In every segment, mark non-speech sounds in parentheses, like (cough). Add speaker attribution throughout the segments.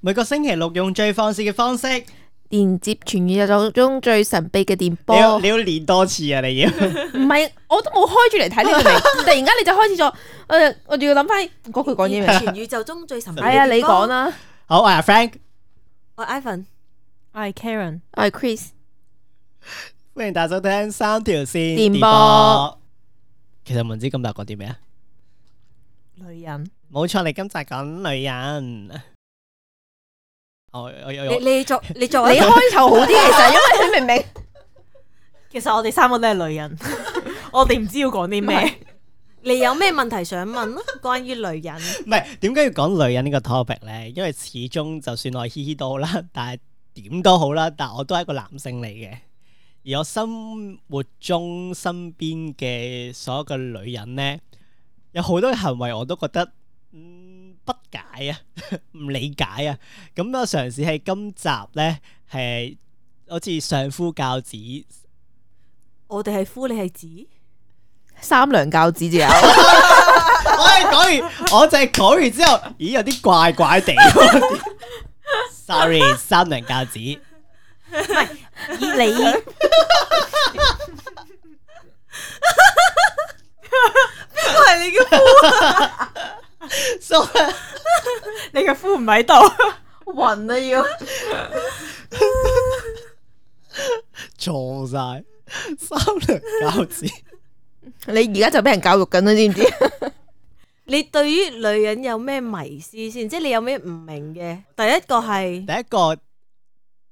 Speaker 1: 每個星期六用最放肆嘅方式，
Speaker 2: 連接全宇宙中最神秘嘅電
Speaker 1: 你要
Speaker 2: 波
Speaker 1: 你。要練多次啊！
Speaker 2: (laughs)
Speaker 1: 你要
Speaker 2: 唔係，我都冇開住嚟睇呢 (laughs) 個名，突然間你就開始咗。誒，我仲要諗翻嗰句講嘢 (laughs) 未？
Speaker 3: 全宇宙中最神秘嘅地方。
Speaker 2: 係啊，你講啦。
Speaker 1: 好，我係 Frank，
Speaker 3: 我係 Ivan，
Speaker 4: 我係 Karen，
Speaker 2: 我係 Chris，
Speaker 1: 歡迎大家收聽三條線
Speaker 2: 電波。
Speaker 1: 其實唔知今日講啲咩啊？
Speaker 4: 女人
Speaker 1: 冇錯，你今集講女人。我我我
Speaker 3: 你你作你作
Speaker 2: 你
Speaker 3: 為
Speaker 2: 開頭好啲，其實因為你明唔明？
Speaker 4: 其實我哋三個都係女 (laughs) 人，我哋唔知要講啲咩。
Speaker 3: 你有咩問題想問啊咯？關於女
Speaker 4: (laughs)
Speaker 3: 人，
Speaker 1: 唔係點解要講女人呢個 topic 咧？因為始終就算我嘻嘻都好啦， (laughs) 但係點都好啦，但我都係一個男性嚟嘅。而我生活中身邊嘅所有嘅女人咧，有好多嘅行為我都覺得嗯不解啊， (laughs) 唔理解啊。咁我嘗試喺今集咧係好似上夫教子，
Speaker 3: 我哋係夫，你
Speaker 2: (laughs)
Speaker 3: 係子，
Speaker 2: (laughs) 三娘教子就有。
Speaker 1: 我係講完，我就係講完之後，咦有啲怪怪地。Sorry，三娘教子。
Speaker 4: 以你
Speaker 3: 我係你嘅夫。
Speaker 1: (laughs) So
Speaker 4: 你嘅夫唔喺度，暈啊要。
Speaker 1: 錯晒，三娘教子。
Speaker 2: 你而家就俾人教育緊啦，知唔知？
Speaker 3: 你對於女人有咩迷思先？即係你有咩唔明嘅？第一個係
Speaker 1: (laughs) 第一個，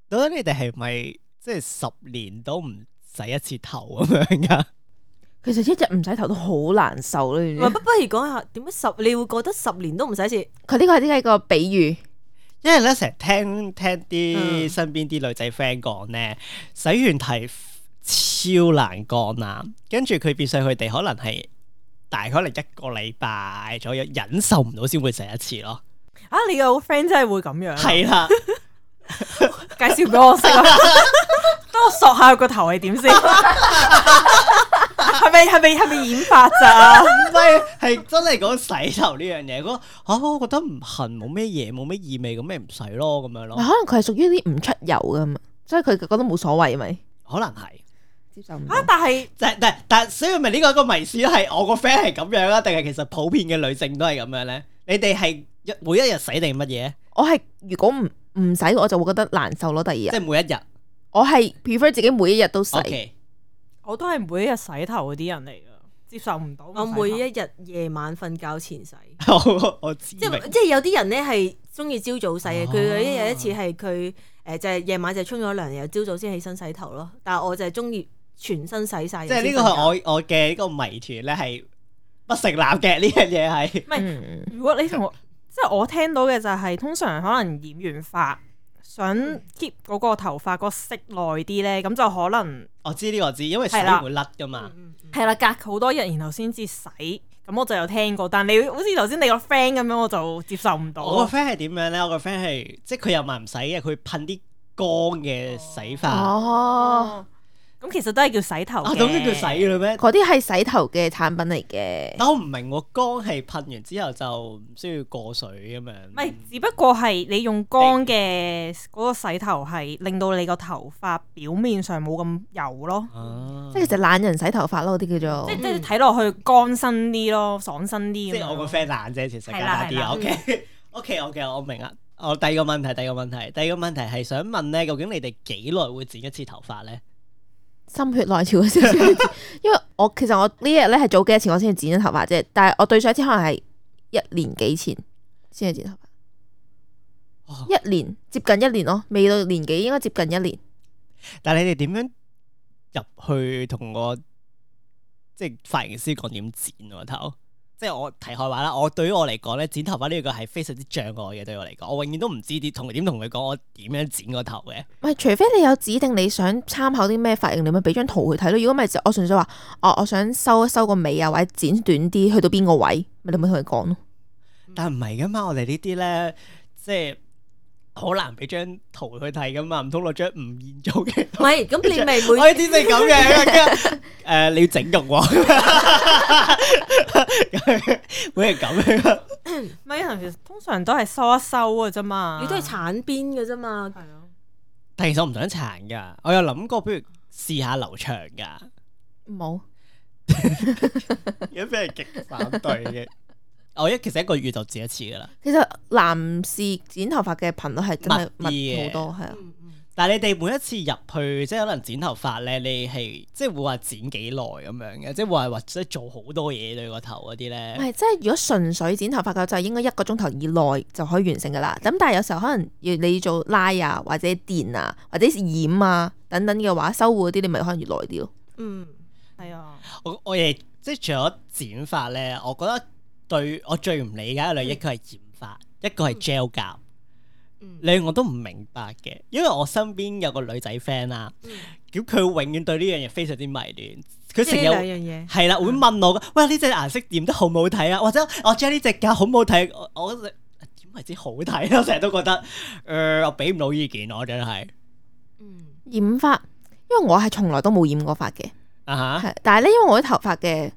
Speaker 1: 到底你哋係咪即係十年都唔洗一次頭咁樣噶？
Speaker 2: (laughs) 其實一日唔洗頭都好難受啦，知唔
Speaker 3: 唔
Speaker 2: 知
Speaker 3: 係不不如講下點解十你會覺得十年都唔使一次？
Speaker 2: 佢呢個係啲係個比喻，
Speaker 1: (laughs) 因為咧成日聽聽啲
Speaker 3: 嗯
Speaker 1: 身邊啲女仔 friend 講咧，洗完頭超難乾啊，跟住佢變相佢哋可能係大概可能一個禮拜左右忍受唔到先會洗一次咯，
Speaker 4: 啊，你個 friend 真係會咁樣，
Speaker 1: 係啦。
Speaker 4: 介紹俾我識啊。 (laughs) 等我索下佢個頭係點先。係咪係咪係咪染髮 (laughs) 咋？啊
Speaker 1: 唔係，係真係講洗頭呢樣嘢。嗰啊，我覺得唔痕，冇咩嘢，冇咩異味，咁咪唔洗咯，咁樣
Speaker 2: 可
Speaker 1: 咯。
Speaker 2: 能佢係屬於啲唔出油噶嘛，所以佢覺得冇所謂咪
Speaker 1: 可能係，
Speaker 2: 接受唔到
Speaker 4: 啊，。但係
Speaker 1: 但但但，所以咪呢個一個迷思係我個 friend 係咁樣啦，啊定係其實普遍嘅女性都係咁樣咧？你哋係一每一日洗定乜嘢？
Speaker 2: 我係如果唔唔洗，我就會覺得難受咯。第
Speaker 1: 即
Speaker 2: 二日，
Speaker 1: 係每一日。
Speaker 2: 我係 prefer 自己每一日都洗。
Speaker 1: O K，
Speaker 4: 我都係每一日洗頭嗰啲人嚟噶，接受唔到。
Speaker 3: 我每一日夜晚瞓覺前洗，
Speaker 1: (laughs) 我我知
Speaker 3: 即
Speaker 1: 明。
Speaker 3: 係即係有啲人咧係中意朝早洗嘅，佢
Speaker 1: 哦
Speaker 3: 有一日一次係佢誒就係夜晚就沖咗涼，然後朝早先起身洗頭咯。但係我就係中意全身洗晒。
Speaker 1: 即係呢個
Speaker 3: 然後先瞓覺
Speaker 1: 係我我嘅呢個謎團咧係不成立嘅呢樣嘢係。
Speaker 2: 嗯，
Speaker 4: 如果你同我，即係我聽到嘅就係、通常可能染完髮，想 keep 嗰個頭髮個色耐啲咧，咁就可能
Speaker 1: 我知呢個我知，因為洗
Speaker 4: 係啦
Speaker 1: 會甩噶嘛。
Speaker 3: 嗯嗯
Speaker 4: 係啦，隔好多日然後先至洗。咁我就有聽過，但你好似頭先你個 friend 咁樣，我就接受唔到。
Speaker 1: 我個 friend 係點樣咧？我個 friend 係即係佢又唔係唔洗嘅，佢噴啲乾嘅洗
Speaker 4: 啊
Speaker 1: 髮。
Speaker 2: 哦，
Speaker 4: 哦，咁其實都係叫洗頭
Speaker 1: 啊，
Speaker 4: 嘅。
Speaker 1: 咁呢叫洗嘅咩？
Speaker 2: 嗰啲係洗頭嘅產品嚟
Speaker 4: 嗯
Speaker 2: 嘅。
Speaker 1: 但我唔明喎，乾係噴完之後就唔需要過水咁樣。
Speaker 4: 唔係，只不過係你用乾嘅嗰個洗頭係令到你個頭髮表面上冇咁油咯，
Speaker 1: 啊，
Speaker 2: 即係其實懶人洗頭髮咯，嗰啲叫做
Speaker 4: 即。即係睇落去乾身啲咯，爽身
Speaker 1: 哦
Speaker 4: 啲咁樣。
Speaker 1: 即係我個 friend 懶啫，其實簡
Speaker 4: 啊係啦
Speaker 1: 單啲啊。
Speaker 3: 係啦
Speaker 1: OK (laughs) OK OK，我明啦。我第二個問題，第二個問題，第二個問題係想問咧，究竟你哋幾耐會剪一次頭髮咧？
Speaker 2: 心血來潮少 (laughs) 少，因為我其實我呢一日咧係早幾日前我先至剪咗頭髮啫，但係我對上一次可能係一年幾前先至剪頭
Speaker 1: 哦
Speaker 2: 髮，一年接近一年咯，未到年幾應該接近一年。
Speaker 1: 但係你哋點樣入去同我即係髮型師講點剪個頭？即係我題外話啦，我對於我嚟講咧，剪頭髮呢個係非常之障礙嘅。對我嚟講，我永遠都唔知點同點同佢講我點樣剪個頭嘅。
Speaker 2: 唔係，除非你有指定你想參考啲咩髮型，你咪俾張圖佢睇咯。如果唔係就我純粹話，哦，我想收一收個尾啊，或者剪短啲，去到邊個位，咪你咪同佢講咯。
Speaker 1: 但唔係噶嘛，我哋呢啲咧，即係好難俾張圖去睇噶嘛，唔通攞張吳彥祖嘅
Speaker 3: 唔
Speaker 1: 圖？
Speaker 3: 係咁，你咪每
Speaker 1: 我啲係咁嘅，誒你要整容喎，會係咁樣。
Speaker 3: 間，
Speaker 4: 唔係啊，其實通常都係收一收嘅啫嘛，
Speaker 3: 你都係鏟邊嘅啫嘛。
Speaker 4: 係啊咯，
Speaker 1: 但其實我唔想殘噶，我有諗過，不如試下留長噶，
Speaker 2: 冇
Speaker 1: 而家俾人極反對嘅。 (laughs) 我一其實一個月就剪一次噶啦，
Speaker 2: 其實男士剪頭髮嘅頻率係真係
Speaker 1: 密啲嘅
Speaker 2: 密好多，係啊，
Speaker 3: 嗯嗯
Speaker 1: 但係你哋每一次入去，即係可能剪頭髮咧，你係即係會話剪幾耐咁樣嘅，即係話或者做好多嘢對個頭嗰啲
Speaker 2: 唔
Speaker 1: 咧。
Speaker 2: 係即係如果純粹剪頭髮嘅就係應該一個鐘頭以內就可以完成㗎啦。咁但係有時候可能要你做拉啊，或者電啊，或者染啊等等嘅話，修護嗰啲你咪可能要耐啲咯。
Speaker 3: 嗯，
Speaker 4: 係啊，
Speaker 1: 我我哋即係除咗剪髮咧，我覺得對我最唔理解嘅兩一個係染髮，一個係 gel 甲。
Speaker 3: 嗯
Speaker 1: 兩樣我都唔明白嘅，因為我身邊有個女仔 friend 啦，
Speaker 2: 嗯
Speaker 1: 咁佢永遠對呢樣嘢非常之迷戀，佢成
Speaker 4: 即係呢兩
Speaker 1: 日
Speaker 4: 樣嘢。
Speaker 1: 係啦會
Speaker 2: 嗯
Speaker 1: 問我，喂呢隻顏色染得好唔好睇啊？或者我將呢隻架好唔好睇？啊哦我我點為之好睇啊？ (laughs) 我成日都覺得，誒、呃我俾唔到意見，我真係
Speaker 3: 嗯
Speaker 2: 染髮，因為我係從來都冇染過髮嘅，
Speaker 1: 啊嚇，
Speaker 2: 係但係咧因為我啲頭髮嘅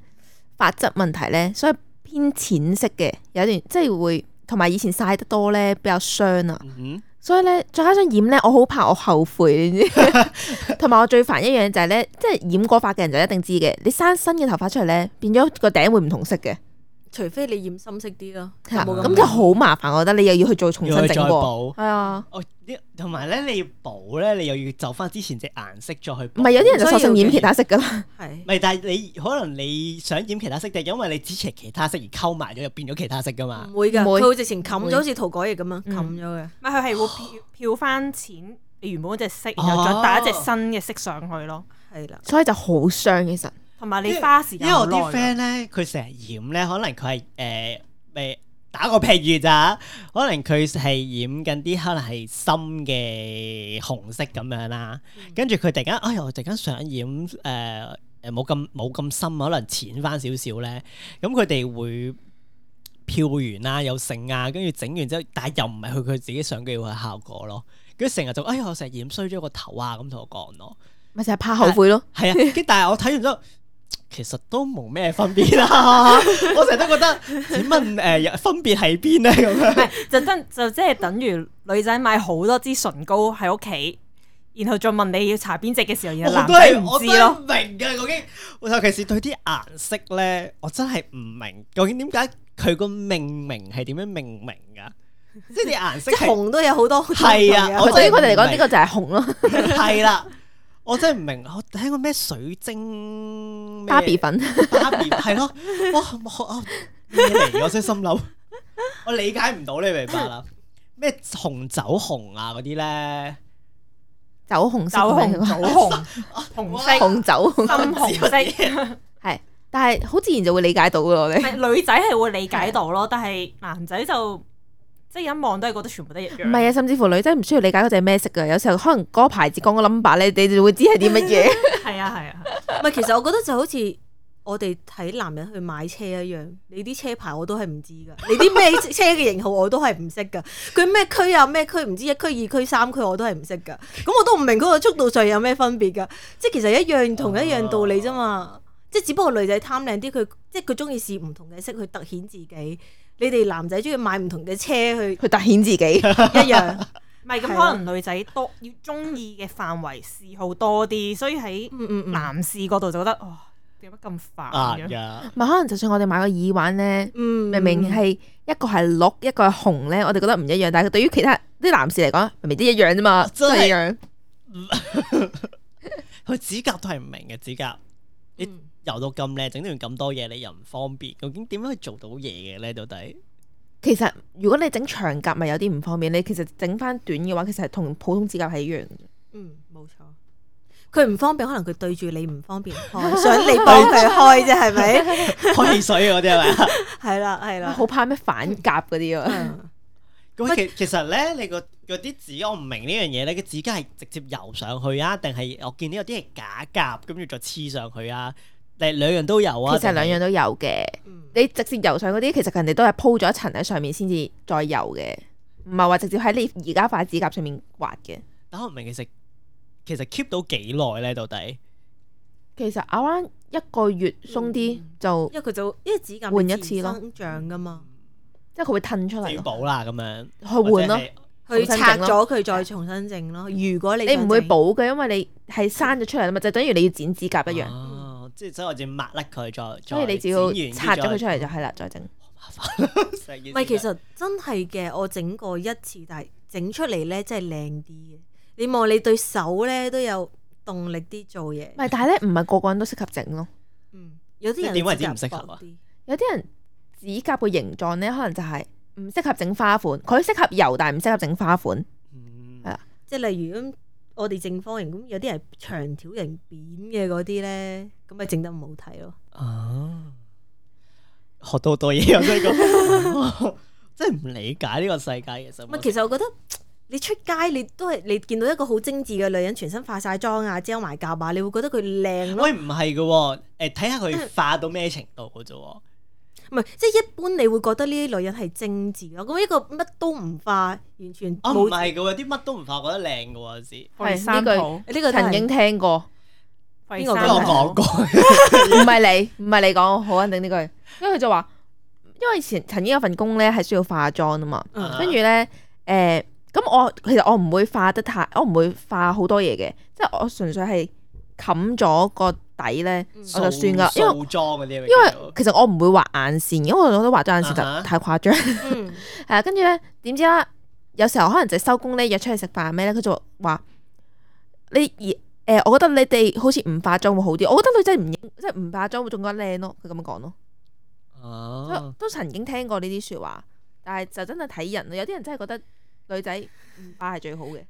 Speaker 2: 髮質問題咧，所以偏淺色嘅，有段即係會同埋以前曬得多咧比較傷啊。
Speaker 1: 嗯
Speaker 2: 所以咧，再加上染咧，我好怕我後
Speaker 1: (laughs)
Speaker 2: 悔，你知唔知同埋我最煩一樣就係咧，即係染過髮嘅人就一定知嘅，你生新嘅頭髮出嚟咧，變咗個頂會唔同色嘅，
Speaker 3: 除非你染深色啲咯，
Speaker 2: 係啊
Speaker 3: 冇
Speaker 2: 咁就好麻煩。我覺得你又要去做重
Speaker 1: 哼，要
Speaker 2: 新
Speaker 1: 去
Speaker 2: 整
Speaker 1: 再
Speaker 2: 過，
Speaker 1: 補。
Speaker 2: 係啊，
Speaker 1: 哦，呢同埋咧，你要補咧，你又要就翻之前隻顏色再去補。
Speaker 2: 唔係有啲人就索性
Speaker 3: 需要
Speaker 2: 染
Speaker 3: 嘅
Speaker 2: 其他色噶啦，
Speaker 3: 係
Speaker 1: 唔。係，但係你可能你想染其他色，就係因為你之前其他色而溝埋咗，又變咗其他色噶嘛。
Speaker 3: 唔會㗎，
Speaker 2: 唔會
Speaker 3: 佢會直情冚
Speaker 2: 唔
Speaker 3: 咗，
Speaker 2: 會
Speaker 3: 好似塗改液咁樣
Speaker 2: 嗯
Speaker 3: 冚咗嘅。
Speaker 4: 唔係佢係
Speaker 1: (gasps)
Speaker 4: 會漂漂翻淺你原本嗰隻色，然
Speaker 1: 哦
Speaker 4: 後再打一隻新嘅色上去咯。
Speaker 3: 係啦，
Speaker 2: 所以就好傷其實。
Speaker 4: 同埋你花時間
Speaker 1: 因為
Speaker 4: 好
Speaker 1: 我
Speaker 4: 耐
Speaker 1: 啲
Speaker 4: 㗎。
Speaker 1: friend 咧，佢成日染咧，可能佢係誒未打個譬如咋，可能佢係染緊啲可能係深嘅紅色咁樣啦，跟住佢突然間，哎呀，我突然間想染誒誒冇咁冇咁深，可能淺翻少少咧，咁佢哋會。漂完啦，又剩啊，跟住整完之後，但係又唔係佢佢自己想要嘅效果咯。跟住成日就，哎呀，我成日染衰咗個頭啊，咁同我講咯。
Speaker 2: 咪就係怕後悔咯，
Speaker 1: 係啊，跟住但係我睇完之後，其實都冇咩分別啦。 (laughs) 我成日都覺得，請問誒、呃有分別喺邊咧？咁樣
Speaker 4: 唔係就真就即係等於女仔買好多支唇膏喺屋企，然後再問你要搽邊隻嘅時候，然後
Speaker 1: 我
Speaker 4: 啊男
Speaker 1: 都
Speaker 4: 仔
Speaker 1: 係
Speaker 4: 唔
Speaker 1: 我都
Speaker 4: 知
Speaker 1: 係
Speaker 4: 咯。
Speaker 1: 唔明嘅，究竟尤其是對啲顏色咧，我真係唔明究竟點解佢個命名係點樣命名噶？即係啲顏色
Speaker 3: 即係
Speaker 1: 係
Speaker 3: 紅都有好多
Speaker 1: 係啊我真
Speaker 2: 佢對
Speaker 1: 係
Speaker 2: 於佢哋嚟
Speaker 1: 唔
Speaker 2: 講
Speaker 1: 明
Speaker 2: 呢個就係紅咯，
Speaker 1: 係啦。我真係唔明，我睇過咩水晶咩
Speaker 2: 芭比粉。
Speaker 1: 芭比係咯，哇！我我咩嚟？我真係心諗，我理解唔到你明白啦。咩紅酒紅啊嗰啲咧，
Speaker 2: 酒紅色
Speaker 4: 酒紅、
Speaker 2: 同埋
Speaker 4: 棗紅、紅色、
Speaker 2: 紅酒紅，
Speaker 4: 深紅色。
Speaker 2: 係， (laughs) 但係好自然就會理解到噶咯，你
Speaker 4: 唔係啊女仔係會理解到咯，但係男仔就即係一望都係覺得全部都一樣。
Speaker 2: 唔係啊，甚至乎女仔唔需要理解嗰隻係咩色噶，有時候可能嗰個牌子講個 number 咧，你就會知係啲乜嘢。
Speaker 4: 係啊係啊，
Speaker 3: 唔係，其實我覺得就好似我哋睇男人去買車一樣，你啲車牌我都係唔知㗎， (laughs) 你啲咩車嘅型號我都係唔識㗎，佢咩區啊咩區唔知一區二區三區我都係唔識㗎，咁我都唔明嗰個速度上有咩分別㗎，即係其實一樣同一樣道理啫嘛，即係只不過女仔貪靚啲，佢即係佢中意試唔同嘅色去突顯自己，你哋男仔中意買唔同嘅車去
Speaker 2: 去突顯自己。
Speaker 3: 一樣，
Speaker 4: 唔係咁
Speaker 3: 係啊
Speaker 4: 可能女仔多要中意嘅範圍嗜好多啲，所以喺
Speaker 3: 嗯嗯嗯，
Speaker 4: 男士嗰度就覺得哇點解咁煩
Speaker 1: 啊
Speaker 4: 咁樣
Speaker 1: 呀！
Speaker 2: 唔係可能就算我哋買個耳環咧，
Speaker 3: 嗯
Speaker 2: 明明係一個係綠，一個係紅咧，我哋覺得唔一樣，但係對於其他啲男士嚟講，明明都一樣啫嘛，
Speaker 1: 真
Speaker 2: 真
Speaker 1: 係
Speaker 2: 係一樣。
Speaker 1: 佢指甲都係唔明嘅，指甲
Speaker 3: 嗯
Speaker 1: 油到咁靚，整完咁多嘢，你又唔方便，究竟點樣去做到嘢嘅咧？到
Speaker 2: (laughs)
Speaker 1: 底
Speaker 2: 其實如果你整長甲咪有啲唔方便，你其實整翻短嘅話，其實係同普通指甲係一樣嘅。
Speaker 3: 嗯，冇錯。佢唔方便，可能佢對住你唔方便
Speaker 2: (laughs)
Speaker 3: 開，想你幫佢開啫，係咪？
Speaker 1: 開汽水嗰啲係咪啊？
Speaker 3: 係啦，係啦。
Speaker 2: 好怕咩反甲嗰啲啊！
Speaker 3: 嗯
Speaker 1: 咁啊其其實咧，你個嗰啲紙我唔明呢樣嘢咧，個指甲係直接油上去啊，定係我見到有啲係假甲，跟住再黐上去啊？誒兩樣都有啊？
Speaker 2: 其實兩
Speaker 1: 定係
Speaker 2: 樣都有嘅。
Speaker 3: 嗯
Speaker 2: 你直接油上嗰啲，其實人哋都係鋪咗一層喺上面先至再油嘅，唔係話直接喺你而家塊指甲上面刮嘅。
Speaker 1: 但我唔明其實其實 keep 到幾耐咧？到底
Speaker 2: 其實咬翻一個月鬆啲
Speaker 3: 嗯
Speaker 2: 就
Speaker 3: 因為佢就因為指甲
Speaker 2: 換一次咯嗯
Speaker 3: 生長噶嘛，
Speaker 2: 即係佢會褪出
Speaker 1: 要
Speaker 2: 嚟咯，
Speaker 1: 補啦咁樣，
Speaker 2: 去換咯。
Speaker 3: 佢拆咗佢再重新整咯。如果你
Speaker 2: 你唔會
Speaker 3: 想整
Speaker 2: 補嘅，因為你係生咗出嚟啦嘛，就等於你要剪指甲一
Speaker 1: 一
Speaker 2: 樣，
Speaker 1: 哦，即係所以我就抹甩佢再，
Speaker 2: 所以你只要拆咗佢出嚟就係啦，再整。
Speaker 1: 嚟
Speaker 3: 唔係，其實真係嘅，我整過一次，但係整出嚟咧真係靚啲嘅。你望你對手咧都有動力啲做嘢
Speaker 2: 唔。係，但係咧唔係個個人都適合整咯。
Speaker 3: 嗯，有啲人
Speaker 1: 點為之
Speaker 3: 指甲
Speaker 1: 唔適合啊
Speaker 3: 薄啲？
Speaker 2: 有啲人指甲嘅形狀咧，可能就係唔適合整花款，佢適合油，但係唔適合整花款。
Speaker 1: 嗯
Speaker 2: 係啊
Speaker 3: 即係例如咁，我哋正方形咁，有啲人長條形扁嘅嗰啲咧，咁咪整得唔好睇咯。
Speaker 1: 啊，學到好多嘢啊！真係個， (laughs) 真係唔理解呢個世界
Speaker 4: 啊
Speaker 1: 其實
Speaker 3: 唔
Speaker 1: 我。
Speaker 3: 啊係，其實我覺得你出街你都係你見到一個好精緻嘅女人，全身化晒妝啊，遮埋甲啊，你會覺得佢靚咯。
Speaker 1: 喂唔係嘅喎，誒睇下
Speaker 2: 嗯
Speaker 1: 佢化到咩程度嘅啫喎。
Speaker 3: 唔係，即係一般你會覺得呢啲女人係精緻咯。咁一個乜都唔化，完全
Speaker 1: 啊
Speaker 4: 哦
Speaker 1: 唔
Speaker 3: 冇呢
Speaker 1: 係嘅喎，啲乜都唔化，我覺得靚嘅喎有時。
Speaker 2: 係呢
Speaker 4: 三
Speaker 2: 句
Speaker 4: 號，
Speaker 3: 個都係
Speaker 2: 曾經聽過，
Speaker 4: 呢
Speaker 3: 個
Speaker 2: 啊
Speaker 1: 因為我講過，
Speaker 2: 唔係你，唔係你講，我好肯定呢句。因為佢就話，因為前曾經有份工咧係需要化妝啊嘛，
Speaker 1: 啊
Speaker 2: 跟住咧，誒、咁我其實我唔會化得太，我唔會化好多嘢嘅，即係我純粹係冚咗個底咧，我就算噶，因為
Speaker 1: 啊素妝嗰啲因啊
Speaker 2: 因為其實我唔會畫眼線，因為我覺得畫咗眼線
Speaker 1: 啊哈
Speaker 2: 就太
Speaker 1: (laughs)
Speaker 2: 誇張。係
Speaker 3: 嗯
Speaker 2: 啊，跟住咧點知啦，有時候可能就係收工咧約出去食飯咩咧，佢就話你而誒、我覺得你哋好似唔化妝會好啲。我覺得女仔唔應即係唔化妝會仲加靚咯。佢咁樣講咯，
Speaker 1: 哦，
Speaker 2: 都都曾經聽過呢啲説話，但係就真係睇人咯。有啲人真係覺得女仔唔化係最好嘅，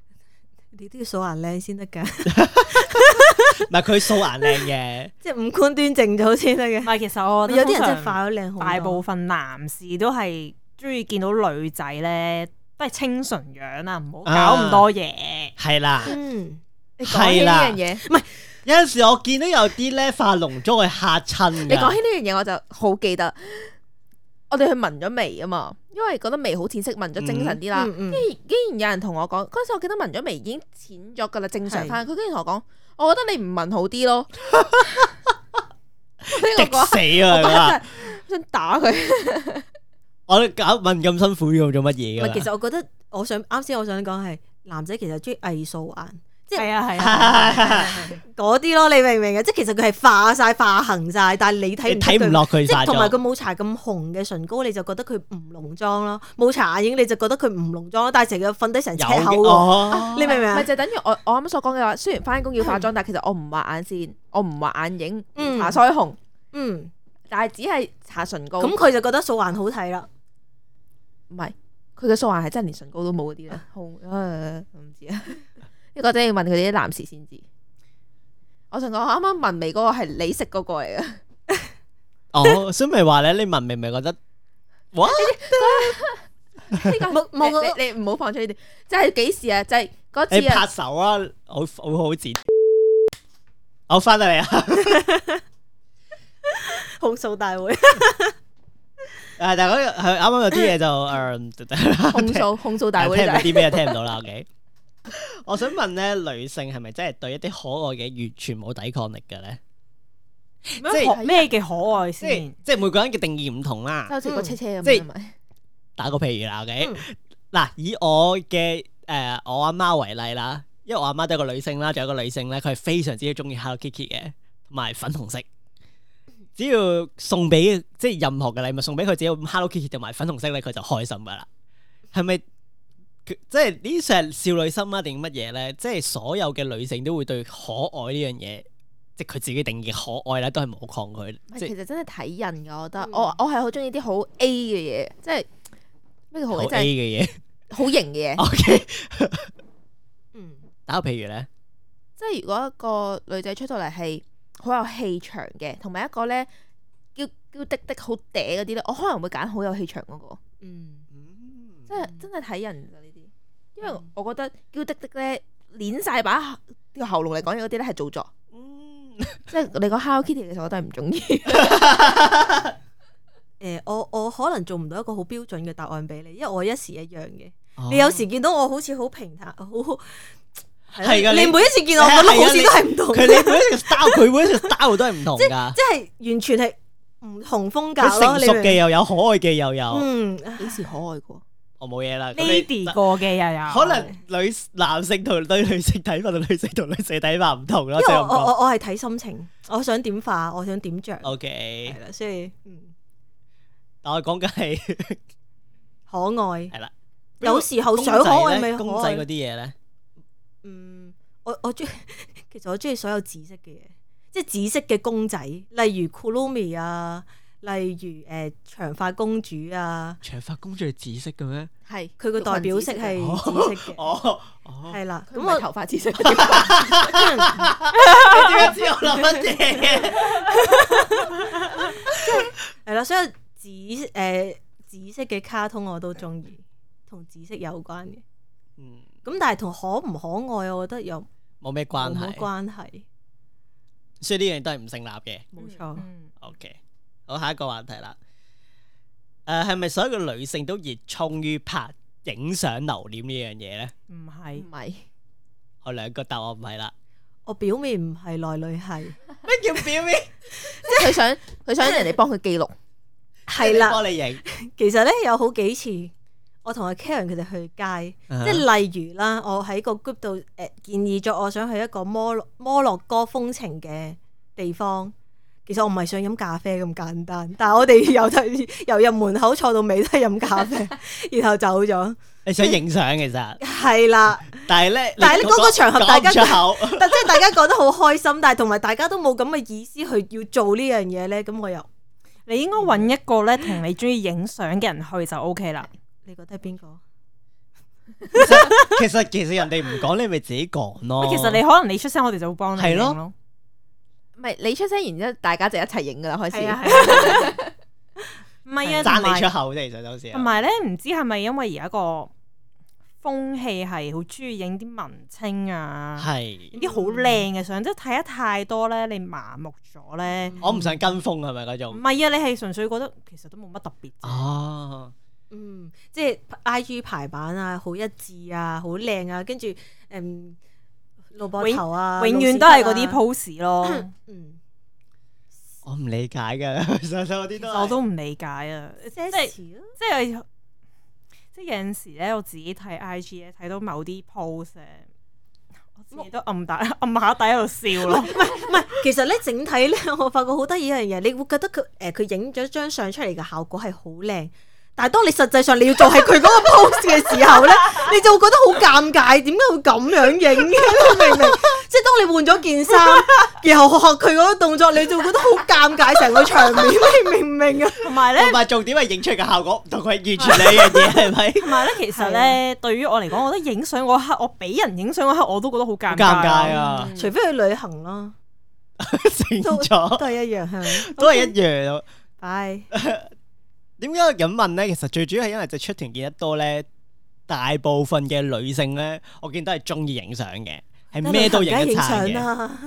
Speaker 3: 你都要數顏靚先得㗎， (laughs)
Speaker 1: 唔係佢素顏靚嘅，
Speaker 3: 即係五官端正咗先得
Speaker 4: 唔
Speaker 3: 嘅。
Speaker 4: 係，其實我覺得
Speaker 3: 有啲人真係
Speaker 4: 通常
Speaker 3: 化咗靚好多
Speaker 4: 大部分男士都係中意見到女仔咧，都係清純樣啊，唔好搞咁多嘢。
Speaker 1: 係啦。
Speaker 3: 嗯，
Speaker 2: 你講起
Speaker 1: 係
Speaker 2: 呢
Speaker 1: 啦嗯
Speaker 2: 樣嘢，
Speaker 1: 有陣時我見到有啲咧化濃妝會嚇親㗎
Speaker 2: 你講起呢樣嘢我就好記得。我哋去紋咗眉啊嘛，因為覺得眉好淺色，紋咗精神啲啦。
Speaker 3: 嗯嗯
Speaker 2: 竟然竟然有人同我講，嗰陣時我記得紋咗眉已經淺咗噶啦，正常翻。佢竟然同我講，我覺得你唔紋好啲
Speaker 1: (laughs)
Speaker 2: 咯。 (laughs) 呢
Speaker 1: 激
Speaker 2: 個講，
Speaker 1: 死
Speaker 2: (laughs)
Speaker 1: 啊！佢話
Speaker 2: 想打佢。
Speaker 1: 我哋搞問咁辛苦要做乜
Speaker 3: 唔
Speaker 1: 嘢㗎
Speaker 3: 係，其
Speaker 1: 啦？
Speaker 3: 實我覺得我想啱先，我想講係男仔其實中意偽素顏即係
Speaker 4: 係啊係啊，
Speaker 3: 嗰啲咯，你明唔明啊？即係其實佢係化晒、化痕晒，但係你睇
Speaker 1: 你
Speaker 3: 唔
Speaker 1: 睇唔
Speaker 3: 出
Speaker 1: 落佢
Speaker 3: 即
Speaker 1: 化
Speaker 3: 係同埋佢
Speaker 1: 妝，
Speaker 3: 冇搽咁紅嘅唇膏，你就覺得佢唔濃妝咯；冇搽眼影，你就覺得佢唔濃妝咯。但係成日瞓低成
Speaker 1: 有
Speaker 3: 尺
Speaker 1: 嘅
Speaker 3: 口喎，
Speaker 1: 哦，
Speaker 3: 你明唔明
Speaker 2: 咪
Speaker 3: 啊？
Speaker 2: 就等於我我啱啱所講嘅話，雖然翻工要化妝，但其實我唔畫眼線，我唔畫眼影，唔
Speaker 3: 嗯
Speaker 2: 搽腮紅，
Speaker 3: 嗯，
Speaker 2: 但係只係搽唇膏。
Speaker 3: 咁佢就覺得素顏好睇啦。
Speaker 2: 唔係佢嘅素顏係真係連唇膏都冇嗰啲
Speaker 3: 啊
Speaker 2: 咧，好唉我唔知啊。 (laughs) 呢個真係要問佢哋啲男士先知。我想講，我啱啱紋眉嗰個係你食嗰個嚟嘅。
Speaker 1: 哦，所以咪話咧，你文明咪覺得
Speaker 3: (laughs)
Speaker 1: 哇，
Speaker 2: 呢個
Speaker 3: (laughs) 冇冇嗰
Speaker 2: 你你你唔好放出呢啲，就係幾時啊？就係嗰
Speaker 1: 你
Speaker 2: 次啊
Speaker 1: 拍，手啊，好好好剪。我翻到嚟啊！
Speaker 3: 控訴大
Speaker 1: (laughs)
Speaker 3: 會，
Speaker 1: 誒，但係嗰啲係啱啱有啲嘢就誒，
Speaker 2: 控
Speaker 3: (laughs)
Speaker 2: 訴控訴大會
Speaker 1: 聽唔
Speaker 2: 就
Speaker 1: 到
Speaker 2: 係
Speaker 1: 啲咩聽唔到 (laughs) 啦。OK，我想問咧，女性係咪真係對一啲可愛嘅完全冇抵抗力嘅咧？
Speaker 4: 咩可咩嘅可愛
Speaker 1: 即係
Speaker 4: 先？
Speaker 1: 即係每個人嘅定義唔同啦
Speaker 2: 就。好似個車車咁樣，
Speaker 1: 即係
Speaker 2: 係咪？
Speaker 1: 打個譬如啦，OK，
Speaker 3: 嗯
Speaker 1: 嗱、以我嘅誒、呃我阿媽為例啦，因為我阿媽都係個女性啦，仲有一個女性咧，佢係非常之中意 Hello Kitty 嘅，同埋粉紅色。只要送俾即係任何嘅禮物送俾佢，只要 Hello Kitty 同埋粉紅色咧，佢就開心噶啦。係咪？佢即係呢啲算係少女心啊，定乜嘢咧？即係所有嘅女性都會對可愛呢樣嘢，即係佢自己定義可愛咧，都係冇抗拒。
Speaker 2: 唔係
Speaker 1: 即係
Speaker 2: 其實真係睇人㗎，我覺得
Speaker 3: 嗯
Speaker 2: 我我係好中意啲好 A 嘅嘢，即係咩叫好
Speaker 1: 好
Speaker 2: A？
Speaker 1: A
Speaker 2: 即
Speaker 1: 嘅
Speaker 2: 係 (laughs)
Speaker 1: 嘢。
Speaker 2: 好型嘅嘢。
Speaker 1: OK，
Speaker 3: 嗯，
Speaker 1: 打個譬如咧，
Speaker 2: 即係如果一個女仔出到嚟係好有氣場嘅，同埋一個咧叫叫滴滴好嗲嗰啲咧，我可能會揀好有氣場嗰個。
Speaker 3: 嗯，
Speaker 2: 即係真係睇人㗎呢啲，因為我覺得叫滴滴咧，攣晒把個喉嚨嚟講嘢嗰啲咧係做作。
Speaker 1: 嗯。
Speaker 2: 即係你講 Hello Kitty 其實我都係唔中意，
Speaker 3: 嗯誒，我我可能做唔到一個好標準嘅答案俾你，因為我一時一樣嘅。
Speaker 1: 哦
Speaker 3: 你有時見到我好似好平坦，好
Speaker 1: 係啊㗎
Speaker 3: 你
Speaker 1: 你
Speaker 3: 每一次見我，我覺得好似都係唔同
Speaker 1: 佢
Speaker 3: 嘅
Speaker 1: 你每一個 style，佢每一個 style 都係唔同噶。
Speaker 3: 即係完全係唔同風格
Speaker 1: 佢
Speaker 3: 咯，
Speaker 1: 成
Speaker 3: 你
Speaker 1: 熟
Speaker 3: 明
Speaker 1: 嘅又有，可愛嘅又有，
Speaker 3: 嗯，
Speaker 2: 幾時可愛過？
Speaker 1: 我冇嘢啦。咁你
Speaker 4: lady 過嘅又有，
Speaker 1: 可能女男性同對女性睇法同女性同女性睇法唔同咯，
Speaker 3: 因
Speaker 1: 即
Speaker 3: 為
Speaker 1: 係
Speaker 3: 我
Speaker 1: 我講。
Speaker 3: 我我係睇心情，我想點化，我想點着，
Speaker 1: O
Speaker 3: 係
Speaker 1: K，
Speaker 3: 啦，所以嗯
Speaker 1: 但我講緊
Speaker 3: (laughs)
Speaker 1: 係，
Speaker 3: 可愛
Speaker 1: 係啦，
Speaker 3: 有時候
Speaker 1: 公
Speaker 3: 想可
Speaker 1: 仔
Speaker 3: 愛
Speaker 1: 呢
Speaker 3: 咪可
Speaker 1: 公仔嗰啲
Speaker 3: 愛，
Speaker 1: 嘢咧，
Speaker 3: 嗯，我我中意， (laughs) 其實我中意所有紫色嘅嘢，即係紫色嘅公仔，例如 Kurumi 啊，例如誒長髮公主啊，
Speaker 1: 長髮公主係紫色嘅咩？
Speaker 2: 係
Speaker 3: 佢個代
Speaker 2: 啊
Speaker 3: 表色係紫色嘅，
Speaker 1: 哦哦，
Speaker 3: 係啦，咁
Speaker 2: 咁
Speaker 3: 我
Speaker 2: 我頭髮紫色，
Speaker 1: (laughs) 你點解知我諗乜嘢
Speaker 3: (laughs)
Speaker 1: 嘅？
Speaker 3: 係啦，所有紫誒、呃紫色嘅卡通我都中意，同紫色有關嘅。
Speaker 1: 嗯，
Speaker 3: 咁但係同可唔可愛，我覺得又
Speaker 1: 冇咩
Speaker 3: 冇
Speaker 1: 關係，
Speaker 3: 乜關係。
Speaker 1: 所以呢樣都係唔成立嘅。
Speaker 3: 冇錯，
Speaker 4: 嗯
Speaker 1: O K，好，下一個話題啦。誒係咪所有嘅女性都熱衷於拍影相留念呢樣嘢咧？
Speaker 4: 唔
Speaker 2: 唔
Speaker 4: 係
Speaker 2: 係
Speaker 1: 我兩個答案唔係啦。
Speaker 3: 我表面唔係，內
Speaker 1: (laughs)
Speaker 3: 裏係，
Speaker 2: (laughs)
Speaker 1: 咩叫表面？
Speaker 2: 即係佢想佢想人哋幫佢記錄，
Speaker 3: 係啦。
Speaker 1: 幫你影，
Speaker 3: 其實咧有好幾次，我同阿 Karen 佢哋去街，
Speaker 1: 啊
Speaker 3: 即係例如啦，我喺個 group 度誒、呃建議咗，我想去一個摩洛摩洛哥風情嘅地方。其實我唔係想飲咖啡咁簡單，但係我哋由頭由入門口坐到尾都係飲
Speaker 1: (laughs)
Speaker 3: 咖啡，然後走咗。
Speaker 1: 你想影相其實，
Speaker 3: 係啦，
Speaker 1: 但係咧，
Speaker 3: 但係
Speaker 1: 你
Speaker 3: 呢嗰個場合
Speaker 1: 講
Speaker 3: 大家
Speaker 1: 唔出口，
Speaker 3: 但即係大家講得好開心，但係同埋大家都冇咁嘅意思去要做呢樣嘢咧，咁我又
Speaker 4: 你應該揾一個咧同你中意影相嘅人去就 O K 啦。
Speaker 3: 你覺得係邊個？
Speaker 1: (laughs) 其實其實人哋唔講，你咪自己講咯。
Speaker 4: 其實你可能你出聲，我哋就會幫你
Speaker 1: 哦係
Speaker 4: 影
Speaker 1: 咯
Speaker 4: 咯。
Speaker 2: 唔係你出聲，然之後大家就一齊影噶啦，開始
Speaker 4: 係啊係啊，唔係啊，
Speaker 1: 爭
Speaker 4: 同
Speaker 1: 你
Speaker 4: 埋
Speaker 1: 出口啫，其實有時
Speaker 4: 同埋咧，唔知係咪因為而家個風氣係好中意影啲文青啊，
Speaker 1: 係
Speaker 4: 影啲好靚嘅相，即係睇得太多咧，你麻木咗咧。
Speaker 1: 我唔想跟風係咪嗰
Speaker 4: 唔
Speaker 1: 種？
Speaker 4: 係啊，你係純粹覺得其實都冇乜特別啫。
Speaker 1: 哦， (laughs)
Speaker 3: 嗯，即係 I G 排版啊，好一致啊，好靚啊，跟住誒露膊頭啊，
Speaker 4: 永
Speaker 3: 遠
Speaker 4: 遠都係嗰啲 pose 咯，
Speaker 3: 嗯，
Speaker 1: 我唔理解㗎，上上嗰啲
Speaker 4: 其
Speaker 1: 都
Speaker 4: 實我
Speaker 1: 係
Speaker 4: 都唔理解啊，即
Speaker 3: 即
Speaker 4: 係
Speaker 3: 係
Speaker 4: 即係即係有陣時咧，我自己睇 I G 咧，睇到某啲 pose 咧，我自己都暗打暗下底 (laughs) 喺度笑咯。
Speaker 3: 唔係，其實咧整體咧， (laughs) 我發覺好得意一樣嘢，你會覺得佢誒佢影咗張相出嚟嘅效果係好靚，但係當你實際上你要做係佢嗰個 pose 嘅時候 (laughs) 咧，你就會覺得好尷尬，點解會咁樣影嘅？你明唔明？即係當你換咗件衫，然後學佢嗰個動作，你就會覺得好尷尬成個場 (laughs) 面，你明唔明啊？
Speaker 4: 同埋咧，
Speaker 1: 同埋重點係影出嚟嘅效果唔同佢完全兩樣嘢係咪？
Speaker 4: 同埋咧，其實咧，對於我嚟講，我覺得影相嗰刻，我俾人影相嗰刻，我都覺得好尷
Speaker 1: 好尷尬
Speaker 4: 尬啊。
Speaker 2: 嗯
Speaker 1: 啊，
Speaker 3: (laughs) 除非去旅行咯， (laughs)
Speaker 1: 醒
Speaker 3: 都
Speaker 1: 咗
Speaker 3: 都係一樣哦係 (laughs) 咪？
Speaker 1: 都係一樣。
Speaker 3: (laughs) 拜
Speaker 1: 點解我咁問咧？其實最主要係因為就出團見得多咧，大部分嘅女性咧，我見都係中意影相嘅，係咩都影
Speaker 3: 梗係
Speaker 1: 一
Speaker 3: 影
Speaker 1: 餐
Speaker 3: 相
Speaker 1: 嘅。
Speaker 3: 啦，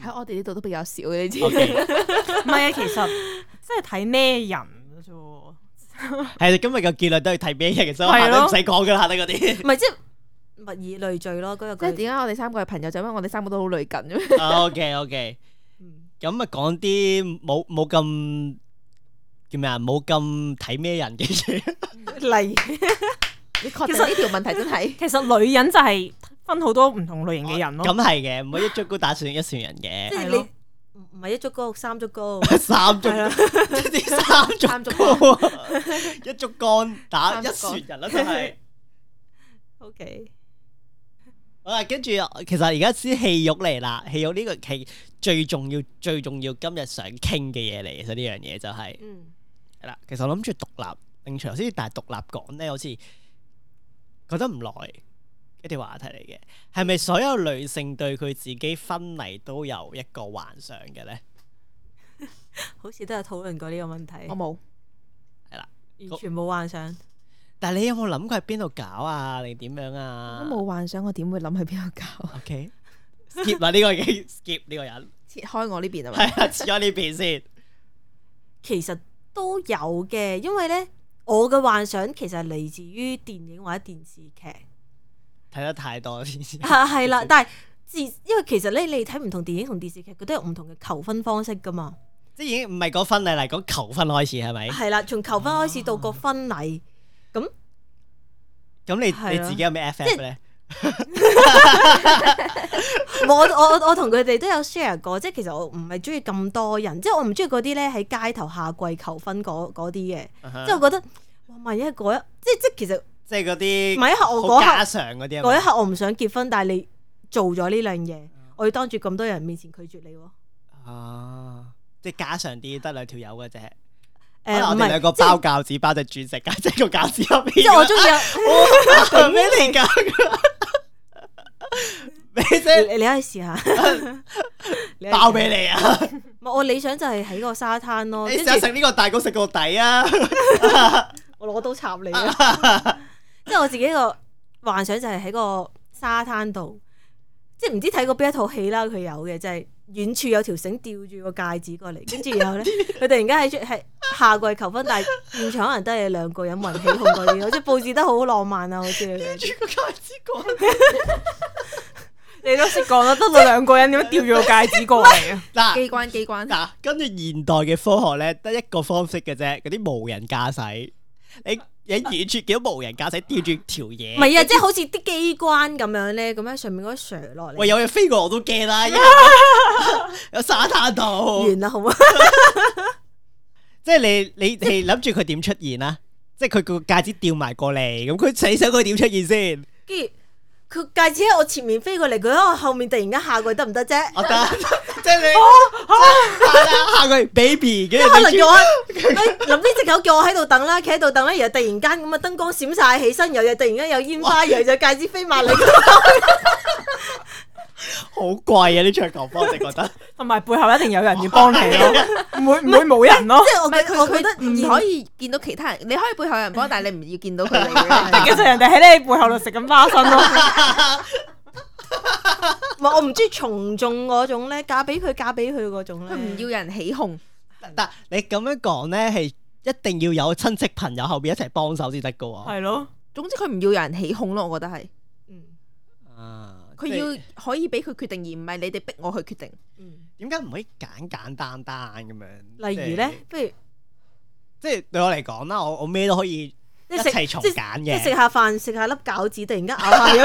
Speaker 2: 喺我哋呢度都比較少嘅，你知
Speaker 1: (laughs) OK，
Speaker 4: 唔係啊，其實即係睇咩人嘅啫喎。
Speaker 1: 係今日嘅結論都係睇咩嘢，其實我下
Speaker 4: 係咯
Speaker 1: 都唔使講噶啦，下低嗰
Speaker 3: (laughs)
Speaker 1: 啲。
Speaker 3: 唔係即係物以類聚咯，嗰
Speaker 2: 即
Speaker 3: 個
Speaker 2: 係點解我哋三個係朋友，就因為我哋三個都好類近啫。
Speaker 1: OK OK，
Speaker 3: 嗯
Speaker 1: 咁啊講啲冇冇咁叫咩啊？冇咁睇咩人嘅嘢，
Speaker 3: 例
Speaker 2: (laughs) 你確
Speaker 4: 其
Speaker 2: 定
Speaker 4: 實
Speaker 2: 呢條問題真 (laughs) 係
Speaker 4: 其實女人就係分好多唔同類型嘅人
Speaker 1: 咁
Speaker 4: 咯。
Speaker 1: 係嘅，唔可以一竹篙打算一船人
Speaker 3: 即
Speaker 1: 嘅，
Speaker 3: 係
Speaker 4: 係
Speaker 3: 你
Speaker 4: 咯
Speaker 3: 唔唔係一竹篙三竹篙。 (laughs)
Speaker 1: 三竹
Speaker 2: (laughs)
Speaker 1: 啲三
Speaker 2: 啊三
Speaker 1: 竹
Speaker 2: 竹
Speaker 1: (laughs) 篙，一竹竿打一
Speaker 2: 三竹
Speaker 1: 船
Speaker 2: 竿
Speaker 1: 人啦，真
Speaker 2: (laughs)
Speaker 1: 係。
Speaker 3: O K，
Speaker 1: 好啦，跟住其實而家先戲肉嚟啦，戲肉呢個係最重要、最重要今日想傾嘅嘢嚟，其實呢樣嘢就係
Speaker 3: 嗯，
Speaker 1: 係啦。其實我諗住獨立拎出頭先，但係獨立講咧，好似覺得唔耐一啲話題嚟嘅。係咪所有女性對佢自己婚禮都有一個幻想嘅咧？
Speaker 3: 好似都有討論過呢個問題，
Speaker 2: 我冇，
Speaker 3: 完全冇幻想。
Speaker 1: 但係你有冇諗過喺邊度搞啊？定點樣啊？
Speaker 2: 我都冇幻想，我點會諗去邊度搞？
Speaker 1: OK。skip 啦，呢個已經 skip 呢個人，
Speaker 2: 切開我呢邊啊嘛，
Speaker 1: 係啊，切咗呢邊先。
Speaker 3: 其實都有嘅，因為咧，我嘅幻想其實係嚟自於電影或者電視劇，
Speaker 1: 睇得太多先。
Speaker 3: (laughs) 啊係 (laughs) 啦。但係自因為其實咧，你睇唔同電影同電視劇，佢都有唔同嘅求婚方式噶嘛。
Speaker 1: 即係已經唔係講婚禮嚟，講求婚開始係咪？
Speaker 3: 係啦，從求婚開始到個婚禮，
Speaker 1: 咁你
Speaker 3: 係
Speaker 1: 你
Speaker 3: 啊
Speaker 1: 自己有咩 FF 咧？
Speaker 3: 我我我同佢哋都有 share 過，即係其實我唔係中意咁多人，即係我唔中意嗰啲咧喺街頭下跪求婚嗰嗰啲嘅，即係
Speaker 1: 即
Speaker 3: 我覺得哇，萬一嗰一即即其實
Speaker 1: Uh-huh 即係嗰啲
Speaker 3: 萬一刻我
Speaker 1: 好啊
Speaker 3: 嗰刻
Speaker 1: 家常嗰啲係
Speaker 3: 嗰
Speaker 1: 咪
Speaker 3: 一刻我唔想結婚，但係你做咗呢樣嘢，
Speaker 1: 嗯
Speaker 3: 我要當住咁多人面前拒絕你喎。
Speaker 1: 啊，即係家常啲，得兩條友嘅啫。可能
Speaker 3: 誒
Speaker 1: 我
Speaker 3: 唔
Speaker 1: 哋兩個啊
Speaker 3: 係，即
Speaker 1: 包
Speaker 3: 係
Speaker 1: 餃子包隻鑽石， (laughs) 即係個餃子入邊。
Speaker 3: 即係我中意啊
Speaker 1: (laughs)
Speaker 3: 有。 (laughs)
Speaker 1: 意咩嚟㗎？咩啫？
Speaker 3: 你你可以
Speaker 1: (laughs)
Speaker 3: 試下， (laughs) 你可以試下
Speaker 1: 包俾你啊！
Speaker 3: 唔係我理想就係喺個沙灘咯，
Speaker 1: 你
Speaker 3: 跟
Speaker 1: 試
Speaker 3: 住
Speaker 1: 下食呢個蛋糕食到底啊！
Speaker 3: 我攞刀插你啊！ (laughs) 即係我自己個幻想就係喺個沙灘度，即係唔知睇過邊一套戲啦，佢有嘅就係、遠處有條繩吊住個戒指
Speaker 1: (laughs)
Speaker 3: 過嚟，跟住然後咧，佢突然間喺出係下跪求婚，但係現場可能都係兩個人雲起哄嗰啲，好似佈置得好浪漫啊，好似你
Speaker 1: (laughs)
Speaker 3: 哋
Speaker 1: 個餃子過
Speaker 4: 你都識講啦，得到兩個人點樣吊住個戒指過嚟啊？
Speaker 1: 嗱
Speaker 2: 機關機關，
Speaker 1: 嗱，跟住現代嘅科學咧，得一個方式嘅啫，嗰啲無人駕駛，你你完全見到無人駕駛吊住條
Speaker 3: 唔
Speaker 1: 嘢，
Speaker 3: 係
Speaker 1: (laughs)
Speaker 3: 啊，即係好似啲機關咁樣咧，咁喺上面嗰啲垂落
Speaker 1: 喂
Speaker 3: 嚟，
Speaker 1: 有嘢飛過我都驚啦，因為有沙灘度，
Speaker 3: 完啦好嘛？
Speaker 1: 即係你你你諗住佢點出現啊？即係佢個戒指吊埋過嚟，咁佢你想佢點出現先？
Speaker 3: 跟住佢戒指喺我前面飛過嚟，佢喺我後面突然間下跪得唔得啫？
Speaker 1: 我得，即係你即係下啦下佢 baby，跟
Speaker 3: 可
Speaker 1: 住
Speaker 3: 能
Speaker 1: 你
Speaker 3: 叫我諗呢隻狗叫我喺度等啦，企喺度等啦，然後突然間咁啊燈光閃晒起身，然後又突然間有煙花，然後就戒指飛埋嚟，
Speaker 1: 好貴啊！呢場球波我哋覺得。
Speaker 4: 同埋背後一定有人要幫你咯，唔會唔會冇人咯
Speaker 3: 即。係我
Speaker 2: 唔係
Speaker 3: 覺
Speaker 2: 佢
Speaker 3: 我覺得
Speaker 2: 佢唔
Speaker 3: 現
Speaker 2: 可以見到其他人，你可以背後有人幫，但係你唔要見到佢
Speaker 4: (laughs) 其
Speaker 2: 哋。
Speaker 4: 實人哋喺你背後度食緊花生咯，
Speaker 3: 唔係我唔中意從眾嗰種咧，嫁俾佢嫁俾佢嗰種咧，
Speaker 2: 佢唔要人起哄，
Speaker 1: 但你咁樣講咧，係一定要有親戚朋友後邊一齊幫手先得噶喎。
Speaker 4: 係咯，
Speaker 2: 總之佢唔要有人起哄咯。我覺得係
Speaker 3: 嗯。
Speaker 1: 啊
Speaker 2: 佢
Speaker 1: 即係
Speaker 2: 要可以俾佢決定，而唔係你哋逼我去決定。
Speaker 3: 嗯
Speaker 1: 點解唔可以簡簡單單咁樣？
Speaker 3: 例如咧，不如
Speaker 1: 即係，即係對我嚟講啦，我我咩都可
Speaker 3: (laughs)
Speaker 1: 以一
Speaker 3: 即係食
Speaker 1: 齊重
Speaker 3: 即
Speaker 1: 揀
Speaker 3: 即係食
Speaker 1: 嘅。
Speaker 3: 下飯，食下粒餃子，突然間咬下咗，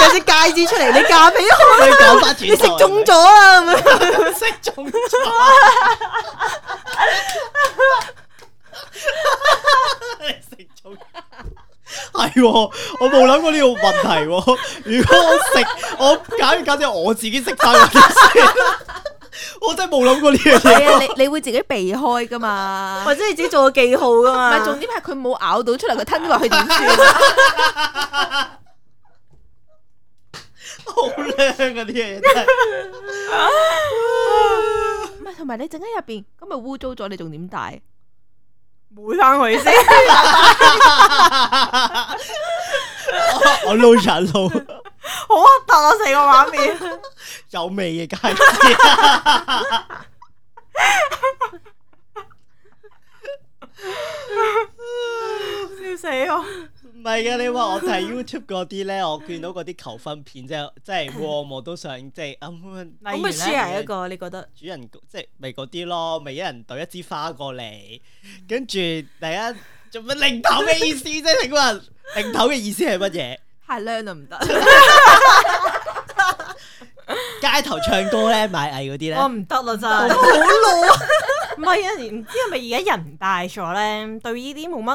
Speaker 3: 有隻戒指出嚟，你嫁俾我，
Speaker 1: 你講翻轉頭，
Speaker 3: 你食中咗啊！咁樣
Speaker 1: 係咪，食中咗， (laughs) 你食中。係喎，我冇諗過呢個問題喎。如果我食，我揀揀咗我自己食翻嗰啲先，我真係冇諗過呢樣嘢。
Speaker 2: 係啊，你你會自己避開噶嘛？
Speaker 3: 或者你自己做個記號噶
Speaker 2: 唔
Speaker 3: 嘛？
Speaker 2: 係重點係佢冇咬到出嚟，佢吞咗落去點算？
Speaker 1: 好靚啊！呢樣嘢真係，
Speaker 2: (laughs) 唔係，同埋你整喺入邊，咁咪污糟咗，你仲點戴？
Speaker 4: 冇生佢先。
Speaker 1: (laughs) 我撈人撈
Speaker 4: 好核突啊！成個畫面，
Speaker 1: 有味嘅戒指，
Speaker 4: 笑死我！
Speaker 1: 唔係啊噶。你話我 (laughs) 睇 YouTube 嗰啲咧，我見到嗰啲求婚片，即係即 (laughs) 係，哇我都想即係啱
Speaker 4: 例
Speaker 3: 可
Speaker 4: 如
Speaker 3: 唔
Speaker 4: 呢
Speaker 3: 可以 share 一個？你覺得
Speaker 1: 主人即係咪嗰啲咯，咪一人懟一支花過嚟，跟住大家做乜零頭嘅意思啫？請問零頭嘅意思係乜嘢？
Speaker 2: 太靚啦，唔 (laughs) 得。
Speaker 1: 街頭唱歌咧，賣藝嗰啲
Speaker 4: 我
Speaker 1: 咧，
Speaker 4: 唔得啦，真
Speaker 3: 好
Speaker 4: 係。
Speaker 3: 老啊！
Speaker 4: 唔係啊，唔知係咪而家人大咗咧，對呢啲冇乜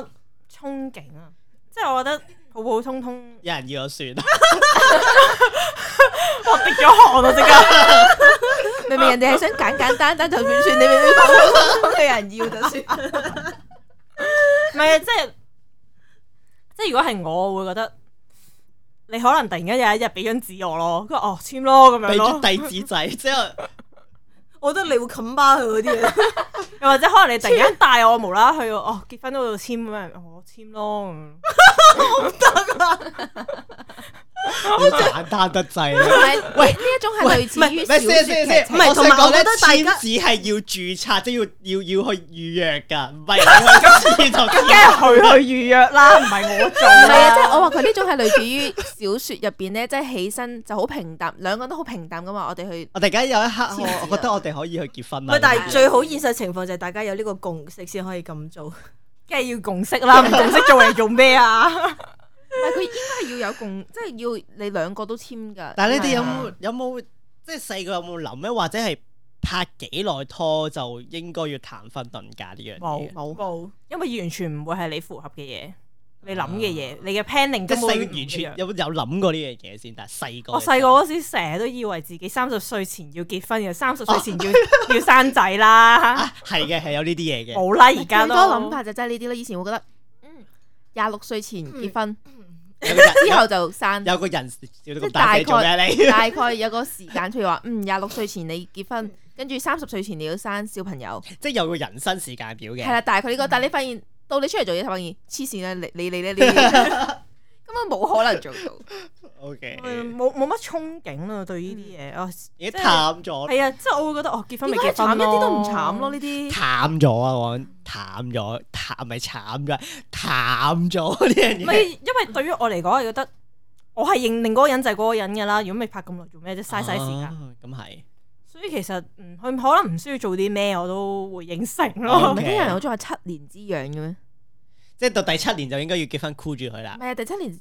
Speaker 4: 憧憬啊。即係我覺得普普通通，
Speaker 1: 有人要我 (laughs) 算。
Speaker 4: 我滴咗汗啊！即刻
Speaker 2: 明明人哋係想簡簡單單就算算，你明明普通嘅人要就 (laughs) 算。
Speaker 4: 唔係啊，即係即係如果係我，我會覺得你可能突然間有一日俾張紙我咯，跟住哦簽咯咁樣
Speaker 1: 俾
Speaker 4: 咯
Speaker 1: 咗，弟子仔之後，
Speaker 3: 我覺得你會冚巴佢嗰啲嘢。
Speaker 4: 又或者可能你突然間帶我無啦啦去哦結哦
Speaker 1: (laughs)
Speaker 4: 婚嗰度簽咁樣，我簽咯咁樣。
Speaker 1: 簡單得滯啦。 (laughs)
Speaker 2: 喂，呢一種係類似於
Speaker 1: 咩
Speaker 2: 小
Speaker 1: 先
Speaker 2: 説
Speaker 1: 先
Speaker 2: 劇
Speaker 1: 先，
Speaker 2: 情
Speaker 1: 唔係
Speaker 3: 我
Speaker 1: 同埋
Speaker 3: 想
Speaker 1: 我
Speaker 3: 講
Speaker 1: 覺
Speaker 3: 咧
Speaker 1: 得簽
Speaker 3: 大家
Speaker 1: 紙係要註冊，即係要要要去預約㗎，唔係我 (laughs) 今次就
Speaker 4: 梗係佢去預
Speaker 1: (laughs)
Speaker 4: 約啦，唔係我做
Speaker 2: 唔
Speaker 4: 啦。
Speaker 2: 係啊，即係我話佢呢種係類似於小説入邊咧，即係起身就好平淡，兩個人都好平淡噶嘛。我哋去
Speaker 1: 我突然間有一刻，
Speaker 3: 紙啊
Speaker 1: 我我覺得我哋可以去結婚啦
Speaker 3: 喂，。但係最好現實情況就係大家有呢個共識先可以咁做。
Speaker 4: 梗係要共識
Speaker 1: (laughs)
Speaker 4: 啦，唔共識做嚟做咩啊？
Speaker 2: 唔係佢應該係要有共，即係要你兩個都簽噶。
Speaker 1: 但係你哋有
Speaker 2: 係
Speaker 1: 冇
Speaker 2: 啊
Speaker 1: 有冇即係細個有冇諗咧，或者係拍幾耐拖就應該要談婚論嫁呢樣嘢？
Speaker 2: 冇
Speaker 3: 冇，
Speaker 4: 因為完全唔會係你符合嘅嘢，你諗嘅嘢，你嘅 planning
Speaker 1: 啊即係
Speaker 4: 根本
Speaker 1: 細個
Speaker 4: 唔
Speaker 1: 完
Speaker 4: 一樣
Speaker 1: 全有有諗過呢樣嘢先，但係細個
Speaker 4: 我細個嗰時成日都以為自己三十歲前要結婚嘅，三十歲前要
Speaker 1: 哦
Speaker 4: 要生仔啦，
Speaker 1: 啊係嘅係有呢啲嘢嘅，
Speaker 4: 冇啦而家
Speaker 2: 最
Speaker 4: 都
Speaker 2: 多諗法就真係呢啲啦。以前會覺得，嗯，廿六歲前結婚，
Speaker 1: 有個人
Speaker 2: 之後就生，
Speaker 1: 嗯有個人笑到
Speaker 2: 即
Speaker 1: 咁
Speaker 2: 係啊
Speaker 1: 大
Speaker 2: 大
Speaker 1: 聲做咩你？
Speaker 2: 大概有個時間，譬如話，嗯，廿六歲前你結婚，跟住三十歲前你要生小朋友，
Speaker 1: 即係有個人生時間表
Speaker 2: 係啊
Speaker 1: 嘅，
Speaker 2: 啦。但係佢呢個，但係你發現到你出嚟做嘢，發現黐線啊啦，你你你你你， (laughs) 你根本冇可能做到。
Speaker 1: O K，
Speaker 4: 嗯冇冇乜憧憬啦，對呢啲
Speaker 2: 嗯
Speaker 4: 嘢，哦，
Speaker 1: 已經淡咗，
Speaker 4: 係啊，即係我會覺得哦，結婚咪
Speaker 2: 點解
Speaker 4: 結
Speaker 2: 慘
Speaker 4: 婚
Speaker 2: 一啲都唔慘咯？
Speaker 1: (laughs)
Speaker 2: 呢啲
Speaker 1: 淡咗啊！我講淡咗，淡咪慘咗，淡咗呢樣
Speaker 4: 唔係
Speaker 1: 嘢。
Speaker 4: 因為對於我嚟講，係覺得我係認定嗰個人就係嗰個人㗎啦，如果咪拍咁耐做咩啫，嘥晒時間。
Speaker 1: 啊，咁係
Speaker 4: 所以其實嗯，佢可能唔需要做啲咩，我都會應承
Speaker 2: 唔
Speaker 4: 咯
Speaker 1: 嗯。
Speaker 2: 係啲人好中意話七年之癢嘅咩？
Speaker 1: 即係到第七年就應該要結婚箍住佢啦
Speaker 2: 唔。係啊，第七年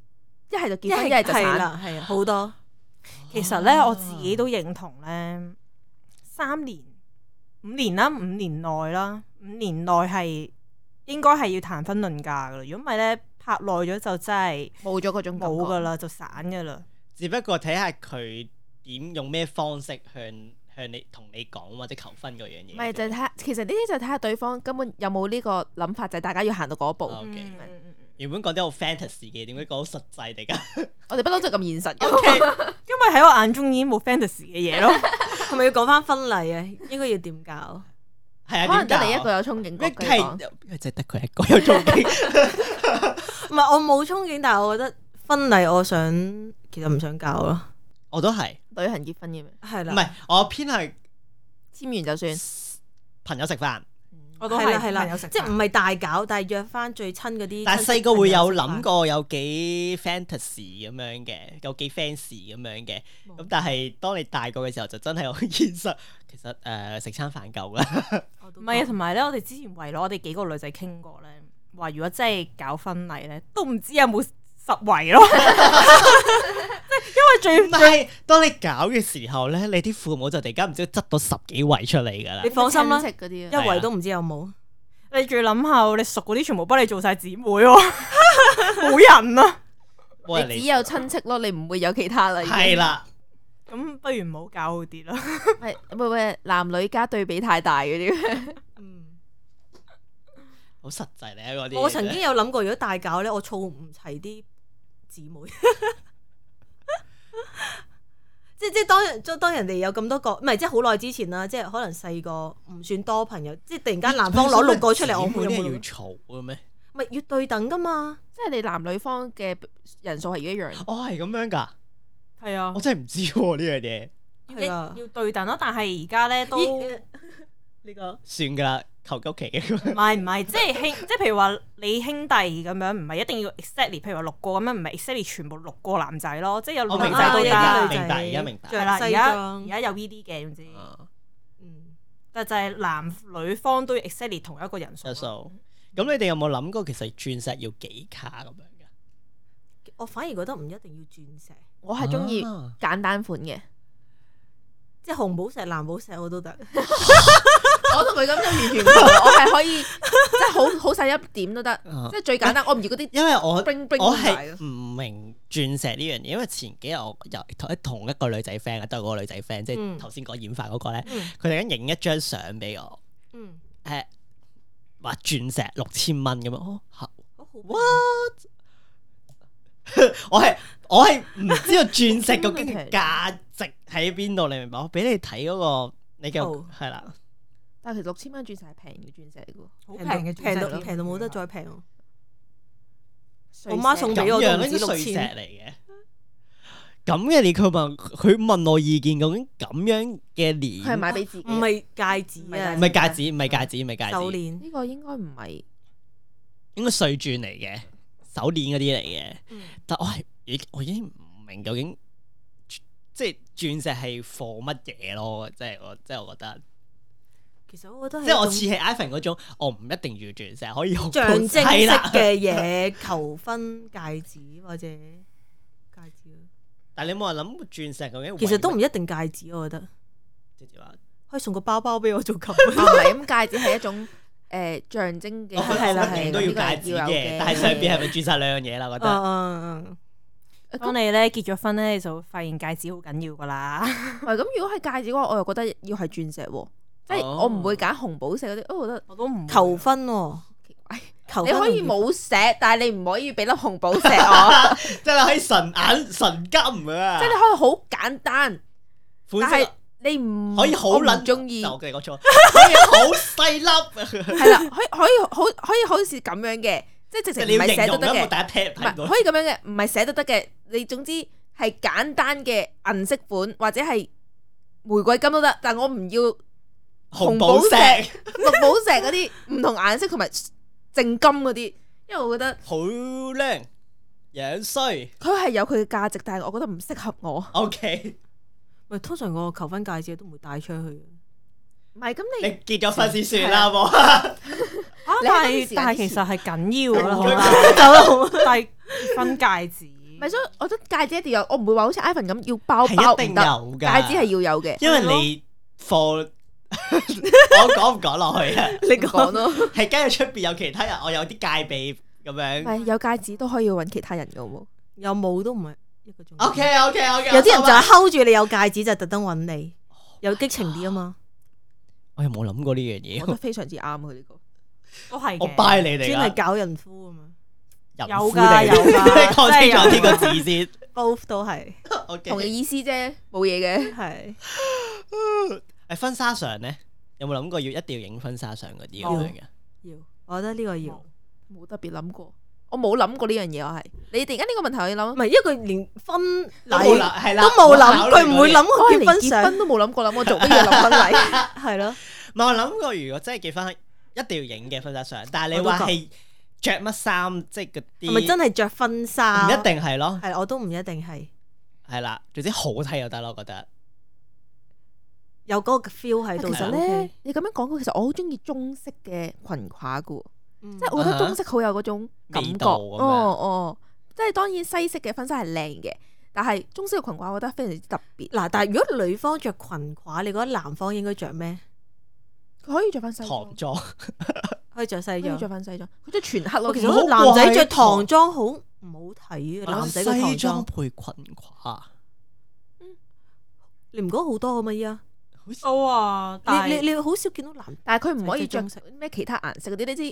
Speaker 2: 一係就結婚，一係就
Speaker 3: 係
Speaker 2: 散。
Speaker 3: 啦，係啊，好多
Speaker 4: 其實咧，我自己都認同咧，三年、五年啦，五年內啦，五年內係應該係要談婚論嫁噶啦。如果唔係咧，拍耐咗就真係
Speaker 2: 冇咗嗰種感覺
Speaker 4: 冇噶。啦，就散噶啦。
Speaker 1: 只不過睇下佢點用咩方式向向你同你講或者求婚嗰樣嘢。
Speaker 2: 唔係就係睇下，其實呢啲就係睇下對方根本有冇呢個諗法，就係大家要行到嗰一步。
Speaker 1: 哦 OK
Speaker 4: 嗯嗯嗯
Speaker 1: 原本講啲好 fantasy 嘅，點解講好實際
Speaker 2: (laughs)
Speaker 1: 嚟㗎？
Speaker 2: 我哋不嬲都係咁現實嘅。
Speaker 1: (laughs)
Speaker 4: 因為喺我眼中已經冇 fantasy 嘅嘢咯。
Speaker 3: 係咪要講翻婚禮啊？應該要點搞？
Speaker 1: 係
Speaker 2: 可
Speaker 1: 啊，
Speaker 2: 能得
Speaker 1: 點
Speaker 2: 你
Speaker 1: 解
Speaker 2: 一個有憧憬過
Speaker 1: 咩
Speaker 2: 嘅講
Speaker 1: 係因為就係得佢一個有做嘅，
Speaker 2: (laughs)
Speaker 3: 唔係我冇憧憬，但係我覺得婚禮我想其實唔想搞咯。
Speaker 1: 我都係
Speaker 2: 旅行結婚嘅咩？
Speaker 3: 係
Speaker 1: 唔
Speaker 3: 啦，
Speaker 1: 係我偏係
Speaker 2: 簽完就算。
Speaker 1: 朋友食飯，
Speaker 4: (laughs) 我都
Speaker 3: 係
Speaker 4: 係
Speaker 3: 啦係啦，即係唔係大搞，但係約翻最親嗰啲。
Speaker 1: 但係細個會有諗，過有幾 fantasy 咁樣嘅，有幾 fans 咁樣嘅。咁但係當你大個嘅時候，就真係好現實。其實誒食、餐飯夠啦，
Speaker 3: (laughs)
Speaker 4: 唔係啊，同埋咧，我哋之前為咗我哋幾個女仔傾過咧，話如果真係搞婚禮咧，都唔知有冇實惠 (laughs) 咯。即係因為
Speaker 1: 唔
Speaker 4: 最
Speaker 1: 係當你搞嘅時候咧，你啲父母就突然間唔知執到十幾圍出嚟㗎啦
Speaker 3: 你。放心啦
Speaker 2: 親戚嗰啲
Speaker 3: 一
Speaker 2: 啊
Speaker 3: 圍都唔知有冇。
Speaker 4: 你仲要諗下，你熟嗰啲全部幫你做晒姊妹喎、 (laughs) 冇人啊！
Speaker 1: 冇人
Speaker 2: 你
Speaker 1: 理
Speaker 2: 只有親戚咯，你唔會有其他啦。已經
Speaker 1: 係，啦，
Speaker 4: 咁不如唔好搞好啲啦。
Speaker 2: (laughs) 係喂喂，男女家對比太大嗰啲。 (laughs)
Speaker 3: 嗯，
Speaker 1: 好實際嚟啊嗰啲嘢。
Speaker 3: 我曾經有諗過，如果大搞咧，我湊唔齊啲姊妹。 (laughs) 即即當人當當人哋有咁多個，唔係即好耐之前啦，即可能細個唔算多朋友，即突然間男方攞六個出嚟，我
Speaker 1: 姊妹
Speaker 3: 會
Speaker 1: 啲
Speaker 3: 冇
Speaker 1: 人要
Speaker 3: 諗
Speaker 1: 嘈嘅咩？
Speaker 3: 咪要對等噶嘛？
Speaker 2: 即係你男女方嘅人數係要一樣，
Speaker 1: 哦，係咁樣㗎，
Speaker 4: 係啊
Speaker 1: 我，真係唔知喎呢樣嘢。
Speaker 4: 一
Speaker 3: 係啊，
Speaker 4: 要對等咯。但係而家咧都唔
Speaker 3: (laughs) 咦呢個
Speaker 1: 算㗎啦，求鳩其
Speaker 3: (laughs)
Speaker 1: 嘅。
Speaker 4: 係唔係，即係兄， (laughs) 即係譬如話你兄弟咁樣，唔係一定要 exactly，譬如話六個咁樣，唔係 exactly 全部六個男仔咯，即係有
Speaker 1: 我
Speaker 4: 女
Speaker 1: 明
Speaker 4: 仔
Speaker 1: 白，
Speaker 3: 啊
Speaker 4: 都
Speaker 1: 哦明白，明
Speaker 4: 得。
Speaker 1: 白，而家明白。
Speaker 4: 係啦，
Speaker 3: 着
Speaker 4: 而
Speaker 3: 西
Speaker 4: 家
Speaker 3: 裝
Speaker 4: 而家有呢啲嘅，總之，
Speaker 1: 啊
Speaker 3: 嗯
Speaker 4: 但就係男女方都要 exactly 同一個人數
Speaker 1: 有
Speaker 4: 咯。
Speaker 1: 數。啊咁你哋有冇諗過其實鑽石要幾卡咁樣㗎？
Speaker 3: 我反而覺得唔一定要鑽石，
Speaker 2: 我係中意
Speaker 1: 啊
Speaker 2: 簡單款嘅。
Speaker 3: 即紅寶石、藍寶石我都得。
Speaker 2: 我同佢咁就完全唔同， (laughs) 我係可以即係好好細一點都得
Speaker 1: (laughs) 嗯，
Speaker 2: 即係最簡單。我唔要嗰啲
Speaker 1: 因為我
Speaker 2: 冰冰
Speaker 1: 我
Speaker 2: 咁大
Speaker 1: 係
Speaker 2: 嘅
Speaker 1: 唔明鑽石呢樣嘢，因為前幾日我有同同一個女仔 friend 啊，都係嗰個女仔 friend，即係
Speaker 3: 嗯
Speaker 1: 頭先講染髮嗰個咧，
Speaker 3: 嗯
Speaker 1: 佢突然間影一張相俾我，
Speaker 3: 嗯，
Speaker 1: 誒話鑽石六千蚊咁樣，哦嚇
Speaker 2: 嗯
Speaker 3: 好好
Speaker 1: what？我係我係唔知道鑽石究
Speaker 2: (laughs)
Speaker 1: 竟嘅價值喺邊度，你明白？我俾你睇嗰、個你嘅
Speaker 3: 圖
Speaker 1: 係啦，
Speaker 2: 但係其實六千蚊鑽石係平嘅鑽石嚟嘅
Speaker 4: 好
Speaker 3: 平到
Speaker 4: 平嘅
Speaker 3: 平
Speaker 4: 鑽
Speaker 3: 到
Speaker 4: 石
Speaker 3: 平到冇得再平。
Speaker 2: 喎，
Speaker 3: 我媽
Speaker 2: 碎
Speaker 3: 送
Speaker 2: 石
Speaker 1: 咁
Speaker 3: 俾我都
Speaker 1: 樣
Speaker 3: 唔
Speaker 1: 呢
Speaker 3: 止
Speaker 1: 啲
Speaker 3: 六
Speaker 1: 碎石
Speaker 3: 千
Speaker 1: 嚟嘅。咁嘅你佢問佢問我意見，究竟咁樣嘅鏈
Speaker 2: 佢係買俾自己。
Speaker 3: 唔係戒指啊，
Speaker 1: 唔係戒指，唔係戒指，唔係戒
Speaker 3: 手
Speaker 1: 指，
Speaker 3: 鏈。
Speaker 2: 呢個應該唔係
Speaker 1: 應該碎鑽嚟嘅，手鏈嗰啲嚟嘅。但我係已我已經唔明究竟即係鑽石係 for 乜嘢咯？即係我即係我覺得，
Speaker 3: 其實我覺得
Speaker 1: 即係我
Speaker 3: 係
Speaker 1: 似係 Ivan 嗰種，我唔一定要鑽石，可以好
Speaker 3: 一種象徵
Speaker 1: 係啦
Speaker 3: 式嘅嘢，求婚戒指或者戒指咯。
Speaker 1: 但你有冇諗過鑽石究竟
Speaker 3: 其實都
Speaker 1: 為
Speaker 3: 唔一定戒指，我覺得
Speaker 1: 乜嘢啊
Speaker 3: 可以送個包包俾我做求
Speaker 2: 唔
Speaker 3: 婚。
Speaker 2: 係咁戒指係一
Speaker 1: (laughs)
Speaker 2: 種誒象徵嘅，
Speaker 1: 我
Speaker 3: 係啦
Speaker 1: 哦我
Speaker 3: 係
Speaker 1: 明
Speaker 3: 啦
Speaker 1: 都
Speaker 2: 呢個
Speaker 1: 要
Speaker 2: 係
Speaker 1: 戒指
Speaker 2: 要有
Speaker 1: 嘅，但係上
Speaker 2: (laughs)
Speaker 1: 邊係咪鑽石兩樣嘢
Speaker 3: (laughs)
Speaker 1: 啦？我覺
Speaker 3: 嗯
Speaker 1: 得
Speaker 3: 嗯嗯
Speaker 4: 當你咧結咗婚咧，你就會發現戒指好緊要噶啦。
Speaker 3: (laughs)
Speaker 2: 唔係咁，如果係戒指嘅話，我又覺得要係鑽石喎，即係
Speaker 1: 哦
Speaker 2: 我唔會揀紅寶石嗰啲，哦我覺得
Speaker 4: 我都唔
Speaker 3: 求婚喎，
Speaker 1: (laughs)
Speaker 2: 奇怪。
Speaker 3: 求
Speaker 2: 你
Speaker 3: 婚
Speaker 2: 可以
Speaker 3: 同
Speaker 2: 冇石，但係你唔可以俾粒紅寶石
Speaker 1: (laughs)
Speaker 2: 我，
Speaker 1: 即係你可以神眼神金啊！
Speaker 2: 即係你可以好簡單，
Speaker 1: 款式
Speaker 2: 但係你唔
Speaker 1: 可以好
Speaker 2: 我唔
Speaker 1: 撚
Speaker 2: 中意，
Speaker 1: 就我哋講錯，可以好細粒，
Speaker 2: 係啦，可以可以好可以好似咁樣嘅，即係直
Speaker 1: 即係
Speaker 2: 情
Speaker 1: 你
Speaker 2: 唔
Speaker 1: 要
Speaker 2: 係
Speaker 1: 形
Speaker 2: 石都
Speaker 1: 容
Speaker 2: 得
Speaker 1: 啦，
Speaker 2: 嘅
Speaker 1: 我。第一聽
Speaker 2: 唔
Speaker 1: 睇唔
Speaker 2: 係
Speaker 1: 到。
Speaker 2: 可以咁樣嘅，唔係寫都得嘅。你總之係簡單嘅銀色款或者係玫瑰金都得，但我唔要綠
Speaker 1: 紅寶
Speaker 2: 紅寶
Speaker 1: 石
Speaker 2: 寶石嗰啲 (laughs) 唔同顏色同埋正金嗰啲，因為我覺得
Speaker 1: 好靚，樣衰。
Speaker 2: (laughs) 佢係有佢嘅價值，但係我覺得唔適合我。
Speaker 1: O K，
Speaker 3: 喂，通常個求婚戒指都唔會帶出去嘅。
Speaker 2: 唔係咁
Speaker 1: 你
Speaker 2: 你
Speaker 1: 結咗婚先算啦，好冇啊？
Speaker 4: 啊，
Speaker 2: 你
Speaker 4: 但
Speaker 2: 喺呢段時
Speaker 4: 係
Speaker 2: 間
Speaker 4: 但係
Speaker 2: 之
Speaker 4: 其實係緊要啦，好啦，
Speaker 3: 走啦，
Speaker 4: 但係結婚戒指
Speaker 2: 唔係所以我覺得戒指一定有，我唔會話好似 Ivan 咁要包包唔
Speaker 1: 係一定
Speaker 2: 得，
Speaker 1: 有㗎，
Speaker 2: 戒指係要有嘅。
Speaker 1: 因為你放 (laughs) 我講唔講落去啊？
Speaker 3: 你
Speaker 2: 你講
Speaker 3: 講。
Speaker 2: 咯，唔
Speaker 1: 係跟住出邊有其他人，我有啲戒備咁樣。
Speaker 2: 係有戒指都可以揾其他人嘅喎。
Speaker 3: 有冇都唔係一個重要
Speaker 1: O K O K O K，
Speaker 3: 有啲人就係 hold 住你有戒指就特登揾你，有激情啲啊嘛。
Speaker 1: 我又冇諗過呢樣
Speaker 2: 我
Speaker 1: 嘢，
Speaker 2: 覺得非常之啱佢呢個。
Speaker 4: 都係
Speaker 1: 我
Speaker 4: 嘅。
Speaker 1: 拜你哋
Speaker 3: 專
Speaker 1: 啦
Speaker 3: 係，搞人夫啊嘛
Speaker 1: 淫夫
Speaker 4: 有㗎
Speaker 1: 嚟
Speaker 4: 有
Speaker 3: (laughs)
Speaker 1: 講清楚呢
Speaker 4: 㗎真係有㗎
Speaker 1: 個字先。
Speaker 3: ，both 都係
Speaker 1: O
Speaker 2: 同嘅
Speaker 1: K，
Speaker 2: 意思啫，冇嘢嘅。
Speaker 3: 係
Speaker 1: 誒婚紗相咧，有冇諗過要一定要影婚紗相嗰啲咁樣嘅？
Speaker 3: 要，我覺得呢個要，唔
Speaker 2: 冇特別諗過，我冇諗過呢樣嘢，我係你突然間呢個問題我要諗，
Speaker 3: 係一個連婚
Speaker 1: 都冇
Speaker 3: 禮
Speaker 1: 諗，係啦，
Speaker 3: 都
Speaker 1: 考
Speaker 3: 冇
Speaker 1: 慮
Speaker 3: 諗，佢唔會
Speaker 1: 過
Speaker 3: 諗
Speaker 1: 呢
Speaker 2: 我係
Speaker 3: 我結
Speaker 2: 哦連
Speaker 3: 婚
Speaker 2: 結
Speaker 3: 相
Speaker 2: 婚都冇諗過諗，我做乜嘢諗婚禮？
Speaker 3: 係咯，
Speaker 1: 唔係我諗過，如果真係結婚，一定要影嘅婚紗相。但係你
Speaker 3: 我都
Speaker 1: 話
Speaker 3: 覺
Speaker 1: 係着乜衫，即係嗰啲，
Speaker 3: 係咪真係着婚
Speaker 1: 唔
Speaker 3: 紗？
Speaker 1: 一，定係咯，
Speaker 3: 係我都唔一定係
Speaker 1: 係啦，總之好睇就得咯，我覺得。
Speaker 3: 有嗰個 feel 喺度。
Speaker 2: 其實
Speaker 3: (laughs) 就 OK
Speaker 2: 咧，，你咁樣講嘅，其實我好中意中式嘅裙褂噶，
Speaker 3: 嗯
Speaker 2: 即係我覺得中式好有嗰種感
Speaker 1: 味
Speaker 2: 覺，
Speaker 1: 道咁
Speaker 2: 哦
Speaker 1: 樣
Speaker 2: 哦，即係當然西式嘅婚紗係靚嘅，但係中式嘅裙褂我覺得非常之特別，
Speaker 3: 嗱，但係如果女方着裙褂，你覺得男方應該着咩？
Speaker 2: 佢可以着翻西裝
Speaker 1: 唐，裝
Speaker 3: 可以着西
Speaker 2: 可以
Speaker 3: 裝
Speaker 2: 着。翻西裝，佢着全黑
Speaker 3: 我
Speaker 2: 咯，
Speaker 3: 其
Speaker 2: 其
Speaker 3: 實
Speaker 2: 實
Speaker 1: 好
Speaker 3: 覺得
Speaker 1: 貴
Speaker 3: 男仔着唐裝好唔好睇啊？男仔嘅
Speaker 1: 西
Speaker 3: 唐
Speaker 1: 裝
Speaker 3: 裝，
Speaker 1: 配裙褂，好
Speaker 3: 你唔覺得好多咁嘛？依家
Speaker 1: 似
Speaker 4: 都啊，但
Speaker 3: 你
Speaker 4: 係
Speaker 3: 你你好少見到男
Speaker 2: 但係佢唔可以着
Speaker 3: 就係着中
Speaker 2: 咩其他顏色嗰啲，你知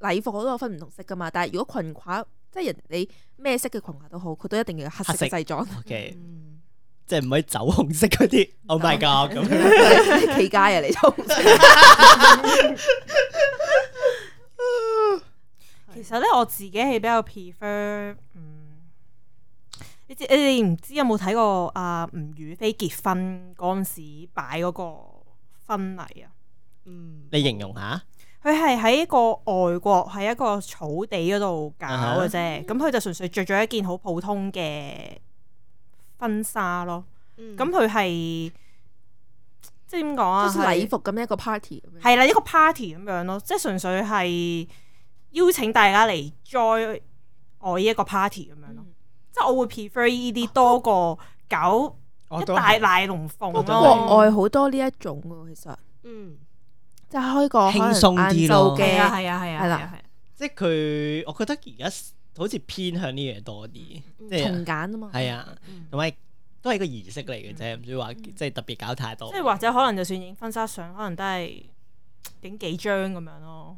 Speaker 2: 禮服我都有分唔同色噶嘛，但係如果裙褂即係人哋咩色嘅裙褂都好，佢都一定要有黑色
Speaker 1: 黑色
Speaker 2: 嘅西裝。
Speaker 1: OK，
Speaker 3: 嗯
Speaker 1: 即係唔可以酒紅色嗰啲。Oh my god！咁
Speaker 3: (laughs)
Speaker 2: 你企街啊，你就唔識
Speaker 4: 其實咧我自己係比較 prefer，嗯，你知你哋唔知有冇睇過阿吳雨霏結婚嗰陣時擺嗰個婚禮啊？
Speaker 3: 嗯，
Speaker 1: 你形容下，
Speaker 4: 佢係喺一個外國喺一個草地嗰度搞嘅
Speaker 2: 啊
Speaker 4: 啫，咁佢、就純粹着咗一件好普通嘅婚紗咯。咁
Speaker 3: 咁
Speaker 4: 佢係即係點
Speaker 2: (laughs)
Speaker 4: 講啊？
Speaker 2: 好似
Speaker 4: 係
Speaker 2: 禮服咁樣一個 party 咁樣。
Speaker 4: 係啦，一個 party 咁樣咯，即係純粹係邀請大家嚟 join 我呢一個 party 咁樣咯。
Speaker 2: 嗯
Speaker 4: 即係我會 prefer 呢啲多過搞
Speaker 1: 哦
Speaker 4: 一大奶龍
Speaker 1: 我
Speaker 4: 鳳
Speaker 1: 都
Speaker 4: 咯。
Speaker 2: 啊國外好多呢一種喎，其實
Speaker 3: 嗯，
Speaker 2: 即係開個可能
Speaker 1: 輕鬆啲咯
Speaker 2: 晏
Speaker 4: 係
Speaker 2: 晝嘅
Speaker 4: 啊係啊係啊
Speaker 2: 係
Speaker 4: 係
Speaker 2: 啦
Speaker 4: 啊係啊，
Speaker 1: 即係佢，我覺得而家好似偏向呢樣多啲，即係
Speaker 2: 同揀啊嘛。
Speaker 1: 係啊，同埋都係一個儀式嚟嘅啫，唔需要話即係特別搞太多。
Speaker 4: 即係或者可能就算影婚紗相，可能都係影幾張咁樣咯。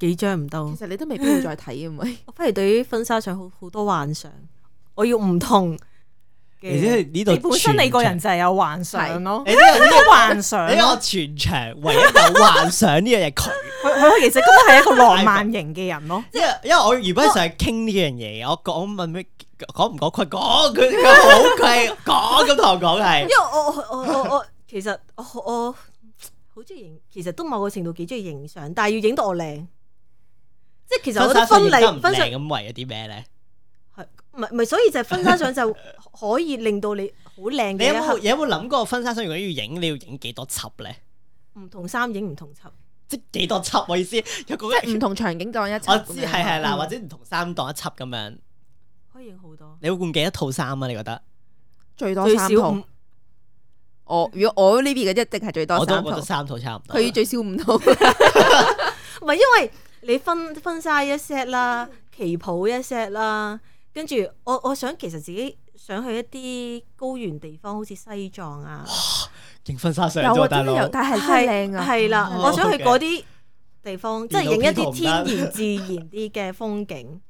Speaker 3: 幾張唔到
Speaker 2: 其。實你都未必會再睇，因為
Speaker 3: 我反而對於婚紗相好好多幻想，我要唔同嘅
Speaker 1: 你即係呢度
Speaker 4: 你本身你個
Speaker 1: 全場
Speaker 4: 人就係有幻想咯，
Speaker 1: 你呢個
Speaker 4: 呢個幻想
Speaker 1: 你我
Speaker 4: 咯，
Speaker 1: 全場唯一有幻想呢樣嘢佢，
Speaker 4: 佢佢其實
Speaker 1: (laughs)
Speaker 4: 根本係一個浪漫型嘅人咯。
Speaker 1: 因為因為我原本想傾呢樣嘢嘅，我講問咩講唔講佢講佢佢好佢講咁同我講係
Speaker 3: 因為我我我我我其實我我好中意影，其實都某個程度幾中意影相，但係要影到我靚，即係其實我覺得分
Speaker 1: 婚紗
Speaker 3: 離
Speaker 1: 相
Speaker 3: 婚
Speaker 1: 影得唔
Speaker 3: 相
Speaker 1: 靚咁為咗啲咩咧？
Speaker 3: 係唔係唔係，所以就係婚紗相就可以令到你好靚
Speaker 1: 你有
Speaker 3: 嘅一
Speaker 1: 冇
Speaker 3: 刻，
Speaker 1: 有冇諗過婚紗相如果要影，你要影幾多輯咧？
Speaker 3: 唔同衫影唔同輯。
Speaker 1: 即幾多輯我意思，有個
Speaker 2: 即係唔同場景
Speaker 3: 嗯
Speaker 2: 當一輯
Speaker 1: 我
Speaker 2: 咁樣。
Speaker 1: 知係係嗱，或者唔同衫當一輯咁樣，
Speaker 3: 可以影好多，
Speaker 1: 你會換幾多套衫啊？你覺得？
Speaker 2: 最多
Speaker 3: 最
Speaker 2: 三
Speaker 3: 少
Speaker 2: 套
Speaker 3: 五。
Speaker 2: 我如果我呢邊嘅一定係最
Speaker 1: 我
Speaker 2: 多
Speaker 1: 都
Speaker 2: 三
Speaker 1: 覺
Speaker 2: 套
Speaker 1: 得，三套差唔多。
Speaker 2: 佢最少五
Speaker 1: (laughs)
Speaker 2: 套。
Speaker 3: 唔係因為你分分晒一 set 啦，旗袍一 set 啦，跟住我我想其實自己想去一啲高原地方，好似西藏啊，
Speaker 1: 影婚紗相啫喎，
Speaker 2: 有啊，
Speaker 1: 大
Speaker 2: 真係有，
Speaker 1: 佬。
Speaker 2: 但係真係靚啊！
Speaker 3: 係啦，
Speaker 1: 嗯
Speaker 3: 我想去
Speaker 1: OK
Speaker 3: 嗰啲地方，即係影一
Speaker 1: 電腦
Speaker 3: 啲天
Speaker 1: 片
Speaker 3: 然自然啲嘅風景。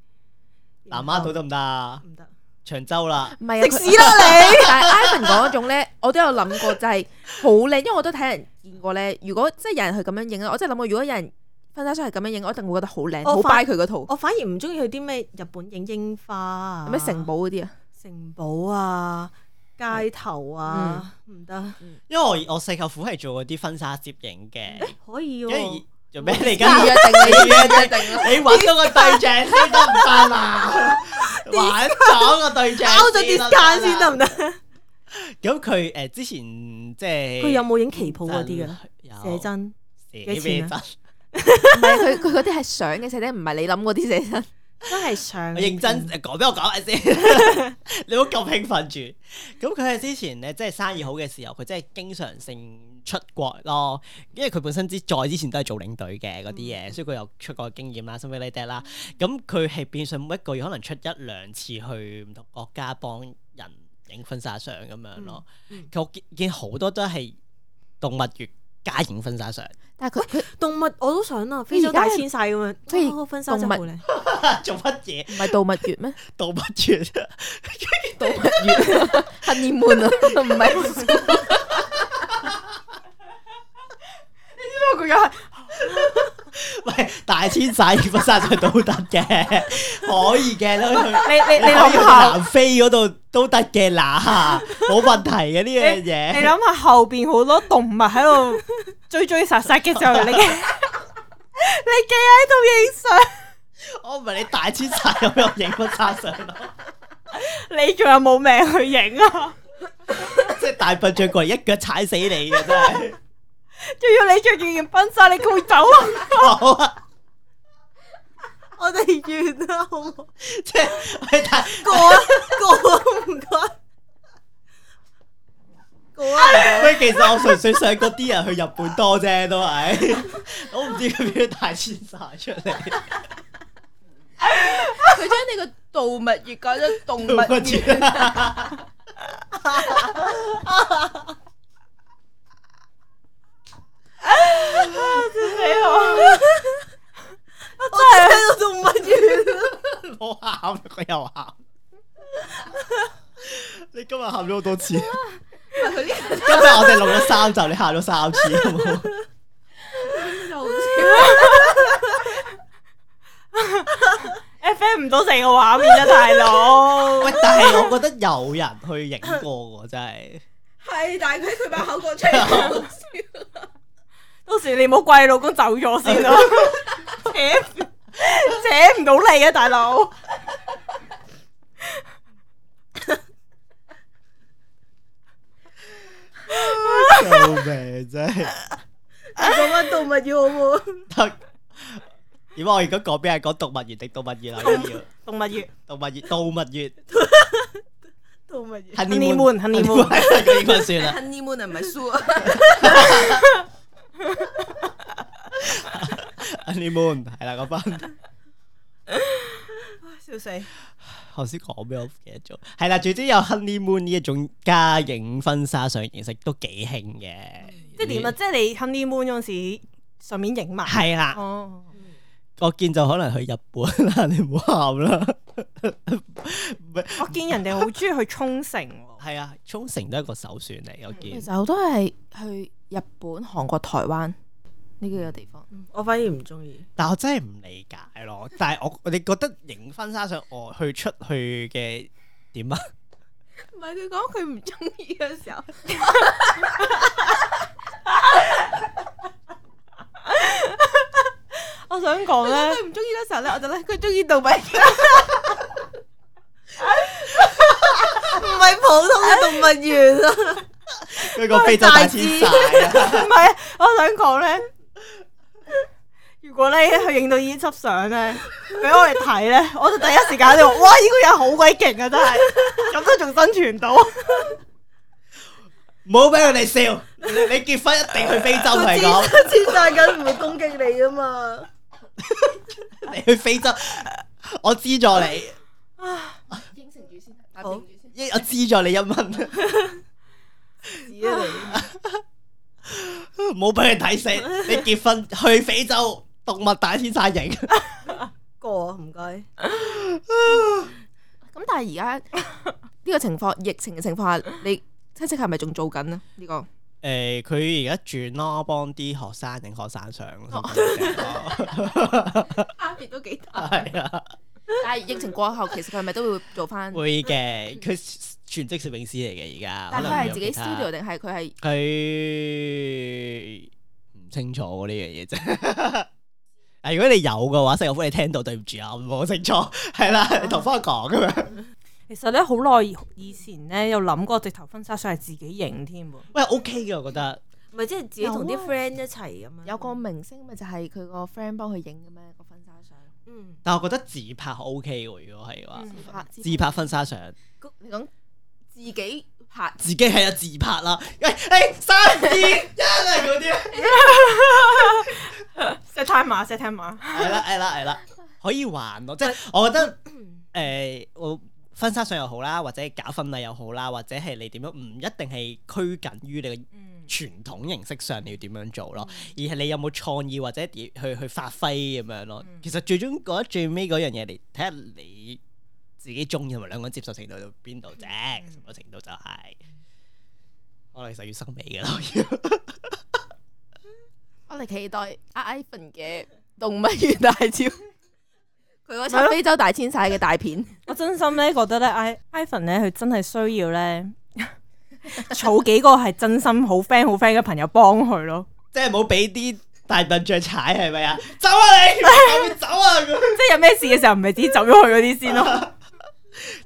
Speaker 1: (laughs) 南丫島得唔得啊？
Speaker 3: 唔得？
Speaker 1: 長洲啦，
Speaker 2: 唔係啊，
Speaker 3: 食
Speaker 2: 屎啦你！ (laughs) 但係 Ivan 講嗰種咧，我都有諗過，就係好靚，因為我都睇人見過咧。如果即係有人去咁樣影啊咧，我真係諗過，如果有人婚紗相係咁樣影，我一定會覺得好靚，
Speaker 3: 我
Speaker 2: 好啊
Speaker 3: 發
Speaker 2: buy 佢嗰套。
Speaker 3: (laughs) 我反而唔中意去啲咩日本影櫻花啊，
Speaker 2: 咩城、堡嗰啲啊？
Speaker 3: 城堡啊、街頭啊，
Speaker 2: 嗯
Speaker 3: 唔得。
Speaker 1: 因為我我細舅父係做嗰啲婚紗攝影嘅，
Speaker 3: 可以
Speaker 1: 因
Speaker 3: 喎
Speaker 1: 為。做咩你而
Speaker 2: 預
Speaker 1: 家
Speaker 2: 約定你
Speaker 1: 預
Speaker 2: 預
Speaker 1: 約 (laughs)
Speaker 2: 約定啦。啊
Speaker 1: 你揾到個對象先得唔得
Speaker 3: (laughs)
Speaker 1: 啦？揾咗個對象
Speaker 3: 包咗
Speaker 1: 先
Speaker 3: discount 先得
Speaker 1: 啦 (laughs)
Speaker 3: 唔得？
Speaker 1: 啊咁佢誒之前即係
Speaker 3: 佢有冇影旗袍嗰啲㗎？寫
Speaker 1: 有
Speaker 3: 真
Speaker 1: 寫
Speaker 3: 幾錢
Speaker 1: 咩
Speaker 3: 啊
Speaker 1: 真？
Speaker 2: 唔係佢佢嗰啲係相嘅寫真，唔係你諗嗰啲寫真。
Speaker 3: 真係上
Speaker 1: 我認真誒講俾我講下先，你唔好咁興奮住。咁佢係之前咧，即係生意好嘅時候，佢真係經常性出國咯。因為佢本身之再之前都係做領隊嘅嗰啲嘢，所以佢有出國嘅經驗啦，甚至呢啲啦。咁佢係變相每一個月可能出一兩次去唔同國家幫人影婚紗相咁樣咯。佢我見見好多都係動物園加影婚紗相， (laughs)
Speaker 2: 但係佢佢
Speaker 3: 動物我都想啊，非洲大遷徙咁樣，哦
Speaker 2: 譬如
Speaker 3: 哇嗰個婚紗真係好靚。
Speaker 1: 做乜嘢
Speaker 2: 唔係動物園咩？
Speaker 1: 動物園？
Speaker 2: 動物園 honeymoon 啊， (laughs) 唔係
Speaker 4: 因為佢又係
Speaker 1: 喂，大遷徙婚紗相都得嘅，可以嘅都去。
Speaker 4: 你你
Speaker 1: 你
Speaker 4: 你
Speaker 1: 可以去
Speaker 4: 諗下。
Speaker 1: 南非嗰度都得嘅嗱，冇問題嘅呢樣
Speaker 4: (laughs) 你
Speaker 1: 嘢。
Speaker 4: 諗下後边好多動物喺 (laughs) 度追追殺殺嘅時候，你嘅你嘅喺
Speaker 1: 我唔係你大遷徙咁樣影婚紗相咯，
Speaker 4: 度影相，你仲有冇命去影啊？
Speaker 1: 即係大笨象過嚟一腳踩死你嘅真係。
Speaker 4: 仲要 (laughs) 你着住件婚紗，你佢會走啊？
Speaker 1: 好啊，
Speaker 3: 我哋完啦，好唔好？
Speaker 1: 即係喂但
Speaker 3: 過啊過啊，唔該。過啊！
Speaker 1: 喂，其實我純粹想嗰啲人去日本多啫，都係。我唔知佢邊度大遷徙出嚟，
Speaker 2: 佢將你個動物園改咗動物
Speaker 1: 動物
Speaker 2: 園。
Speaker 1: 園啊
Speaker 3: 我真係喺度動物園啊，
Speaker 1: 我喊佢又 (laughs) 喊。你今日喊咗好多次，今日
Speaker 2: 佢呢
Speaker 1: 我哋錄咗三集，你喊咗三次，好冇？ (laughs)
Speaker 2: 個就好
Speaker 4: F M 唔到成個畫面啊，大 (laughs) 佬！
Speaker 1: 喂，但係我覺得有人去影過喎，真係。
Speaker 2: 係，但係佢佢把口講出嚟好笑。
Speaker 4: 到時你唔好怪你老公走咗先咯，扯扯唔到你啊，大佬！
Speaker 1: 救命真係
Speaker 3: 講翻動物園好唔好？
Speaker 1: 得。點解我而家講邊係講動物園定動物園 (laughs) 啊？一定要
Speaker 4: 動物園
Speaker 1: 動物園，動物園
Speaker 3: 動物園。
Speaker 1: honeymoon (laughs)
Speaker 4: honeymoon，honeymoon
Speaker 1: 係英文算啦。
Speaker 2: Honeymoon 啊唔係 s 啊，
Speaker 1: honeymoon 係啦，嗰班
Speaker 4: 笑死！
Speaker 1: 頭先講咩我唔記得咗。係啦，總之有 honeymoon 呢一種加影婚紗相形式都幾興嘅。
Speaker 4: 即係點啊？？即係你 honeymoon 嗰陣時順便影埋
Speaker 1: 係啦。
Speaker 4: 哦。
Speaker 1: 我見就可能去日本啦，你唔好喊啦。
Speaker 4: 我見人哋好中意去沖繩喎，
Speaker 1: 係啊，沖繩都係一個首選嚟，我
Speaker 2: 其
Speaker 1: 見。
Speaker 2: 實好多係去日本、韓國、台灣呢幾個地方。
Speaker 3: 我反而唔中意，
Speaker 1: 但我真係唔理解咯。但係我你覺得影婚紗相我去出去嘅
Speaker 4: (laughs)
Speaker 1: 點啊？
Speaker 2: 唔係佢講佢唔中意嘅時候，
Speaker 4: 我想講咧，
Speaker 2: 佢唔中意嘅時候咧，我就咧佢中意杜比。
Speaker 3: 唔係普通嘅動物園啊！
Speaker 1: 佢個非洲大遷徙啊！
Speaker 4: 唔係，我想講咧，如果咧佢影到呢 (laughs) 輯相咧，俾我哋睇咧，我就第一時間就話：哇！呢、個人好鬼勁啊，真 (laughs) 係，咁都仲生存到。
Speaker 1: 唔好俾佢哋笑，你你結婚一定去
Speaker 4: (laughs)
Speaker 1: 非洲嚟講，
Speaker 3: 黐晒緊唔會攻擊你啊嘛！
Speaker 1: 你去非洲，我資助你，
Speaker 5: 啊應承住先，打
Speaker 3: 好
Speaker 5: 定住先。
Speaker 1: 一我資助你一蚊， (laughs) 唔好俾佢睇死。你結婚去非洲動物大遷徙影，
Speaker 3: 過啊，唔該。
Speaker 2: 咁但係而 (laughs) 家呢個情況，疫情嘅情況下，你親戚係咪仲做緊啊？呢個
Speaker 1: (laughs) 誒佢而家轉咯，幫啲學生影學生相，
Speaker 5: (laughs) 差哦別都幾大。
Speaker 1: 係啊。
Speaker 2: 但係疫情過後，其實佢係咪都會做翻？
Speaker 1: 會嘅，佢全職攝影師嚟嘅而家。
Speaker 2: 但係
Speaker 1: 可
Speaker 2: 佢
Speaker 1: 能
Speaker 2: 係
Speaker 1: 有
Speaker 2: 自己
Speaker 1: 其他
Speaker 2: studio 定係佢係
Speaker 1: 佢唔清楚呢樣嘢啫。 (laughs) 啊！如果你有嘅話，細個歡你聽到，對唔住啊，我唔好清楚，係啦，你同翻我講咁樣。
Speaker 4: 其實咧，好耐以前咧，有諗過直頭婚紗相係自己影添喎。
Speaker 1: (laughs) 喂，OK 嘅，我覺得
Speaker 3: 咪即係自己同啲 friend 一齊咁樣。
Speaker 2: 有個明星咪就係佢個 friend 幫佢影嘅咩個婚紗相？
Speaker 3: 嗯，
Speaker 1: 但我覺得自拍 OK 喎，如果係嘅話，
Speaker 4: 嗯
Speaker 2: 自拍自
Speaker 1: 自拍婚紗相，
Speaker 2: 你講自己拍
Speaker 1: 自己係啊自拍啦。喂，誒三二一啊嗰啲啊，
Speaker 4: set time 碼 set time 碼
Speaker 1: 係啦係啦係啦，可以還咯，即係我覺得。誒、我婚紗相又好啦，或者搞婚禮又好啦，或者係你點樣，唔一定係拘謹於你嘅
Speaker 4: 嗯
Speaker 1: 傳統形式上你要點樣做咯，而係你有冇創意或者點去去發揮咁樣咯。其實最終覺得最尾嗰樣嘢嚟睇下你自己中意同埋兩個人接受程度到邊度啫，接受程度就係、可能其實要收尾嘅咯，
Speaker 2: 我哋期待 Ivan 嘅動物園大照， (laughs) 佢嗰輯非洲大遷徙嘅大片，
Speaker 4: 我真心咧覺得咧，I Ivan 咧，佢真係需要咧， (laughs) 儲幾個係真心好 friend 好 friend 嘅朋友幫佢咯。
Speaker 1: 即係冇俾啲大笨象踩係 (laughs) 咪啊？走啊你，後面走啊咁樣
Speaker 4: 即係有咩事嘅時候，唔係自己走咗去嗰啲先 (laughs) 咯。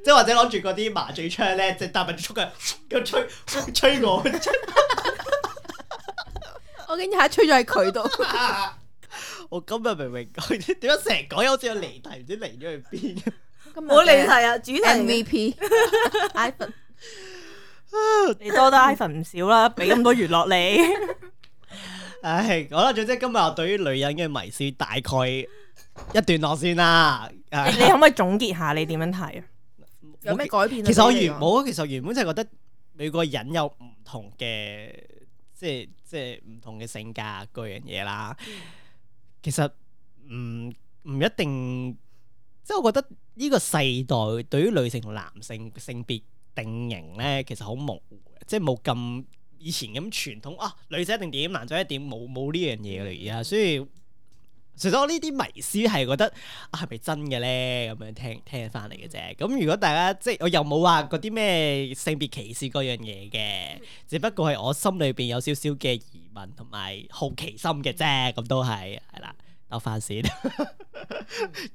Speaker 1: 即係或者攞住嗰啲麻醉槍咧，即係搭埋啲速嘅，咁吹吹我，
Speaker 2: (laughs) 我竟然係吹咗喺佢 (laughs) 度。
Speaker 1: (laughs) 我今日明明講啲點解成日講嘢好似有離題，唔知離咗去邊？
Speaker 3: 冇離題啊，主題
Speaker 2: (laughs) MVP Ivan，
Speaker 4: 你多得 Ivan 唔少啦，俾咁多娛樂你。
Speaker 1: (laughs) 唉，好啦，總之今日我對於女人嘅迷思大概一段落先啦。啊唉
Speaker 4: 你可唔可以總結下你點樣睇啊？
Speaker 2: 有咩改變啊？
Speaker 1: 其實我
Speaker 2: 對你嚟
Speaker 1: 原
Speaker 2: 講
Speaker 1: 冇啊，其實我原本就係覺得每個人有唔同嘅，即係即係唔同嘅性格嗰樣嘢啦。其實唔唔一定，即係我覺得呢個世代對於女性同男性性別定型咧，其實好模糊嘅，即係冇咁以前咁傳統啊，女仔一定點，男仔一定點，冇冇呢樣嘢嚟而家，所以。除咗我呢啲迷思係覺得啊係咪真嘅咧咁樣聽聽翻嚟嘅啫，咁如果大家即係我又冇話嗰啲咩性別歧視嗰樣嘢嘅，只不過係我心裏邊有少少嘅疑問同埋好奇心嘅啫，咁都係係啦，兜翻先。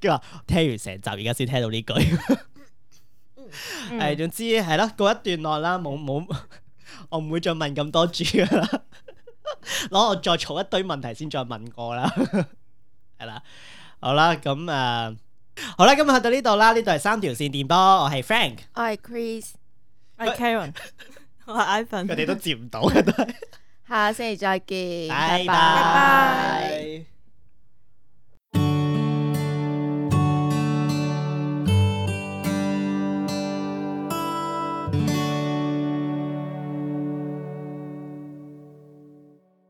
Speaker 1: 跟住話聽完成集，而家先聽到呢句。誒，總之係啦，過一段落啦，冇冇，我唔會再問咁多住噶啦。攞我再儲一堆問題先再問過啦，係啦，好啦，咁誒、呃好啦，今日去到呢度啦，呢度係三條線電波，我係 Frank，
Speaker 2: 我係 Chris，
Speaker 4: 係 Karen，我係
Speaker 1: (laughs)
Speaker 4: Ivan
Speaker 1: 佢。哋都接唔到嘅都係，
Speaker 2: 下星期再見，
Speaker 1: 拜
Speaker 2: 拜
Speaker 1: 拜
Speaker 2: 拜。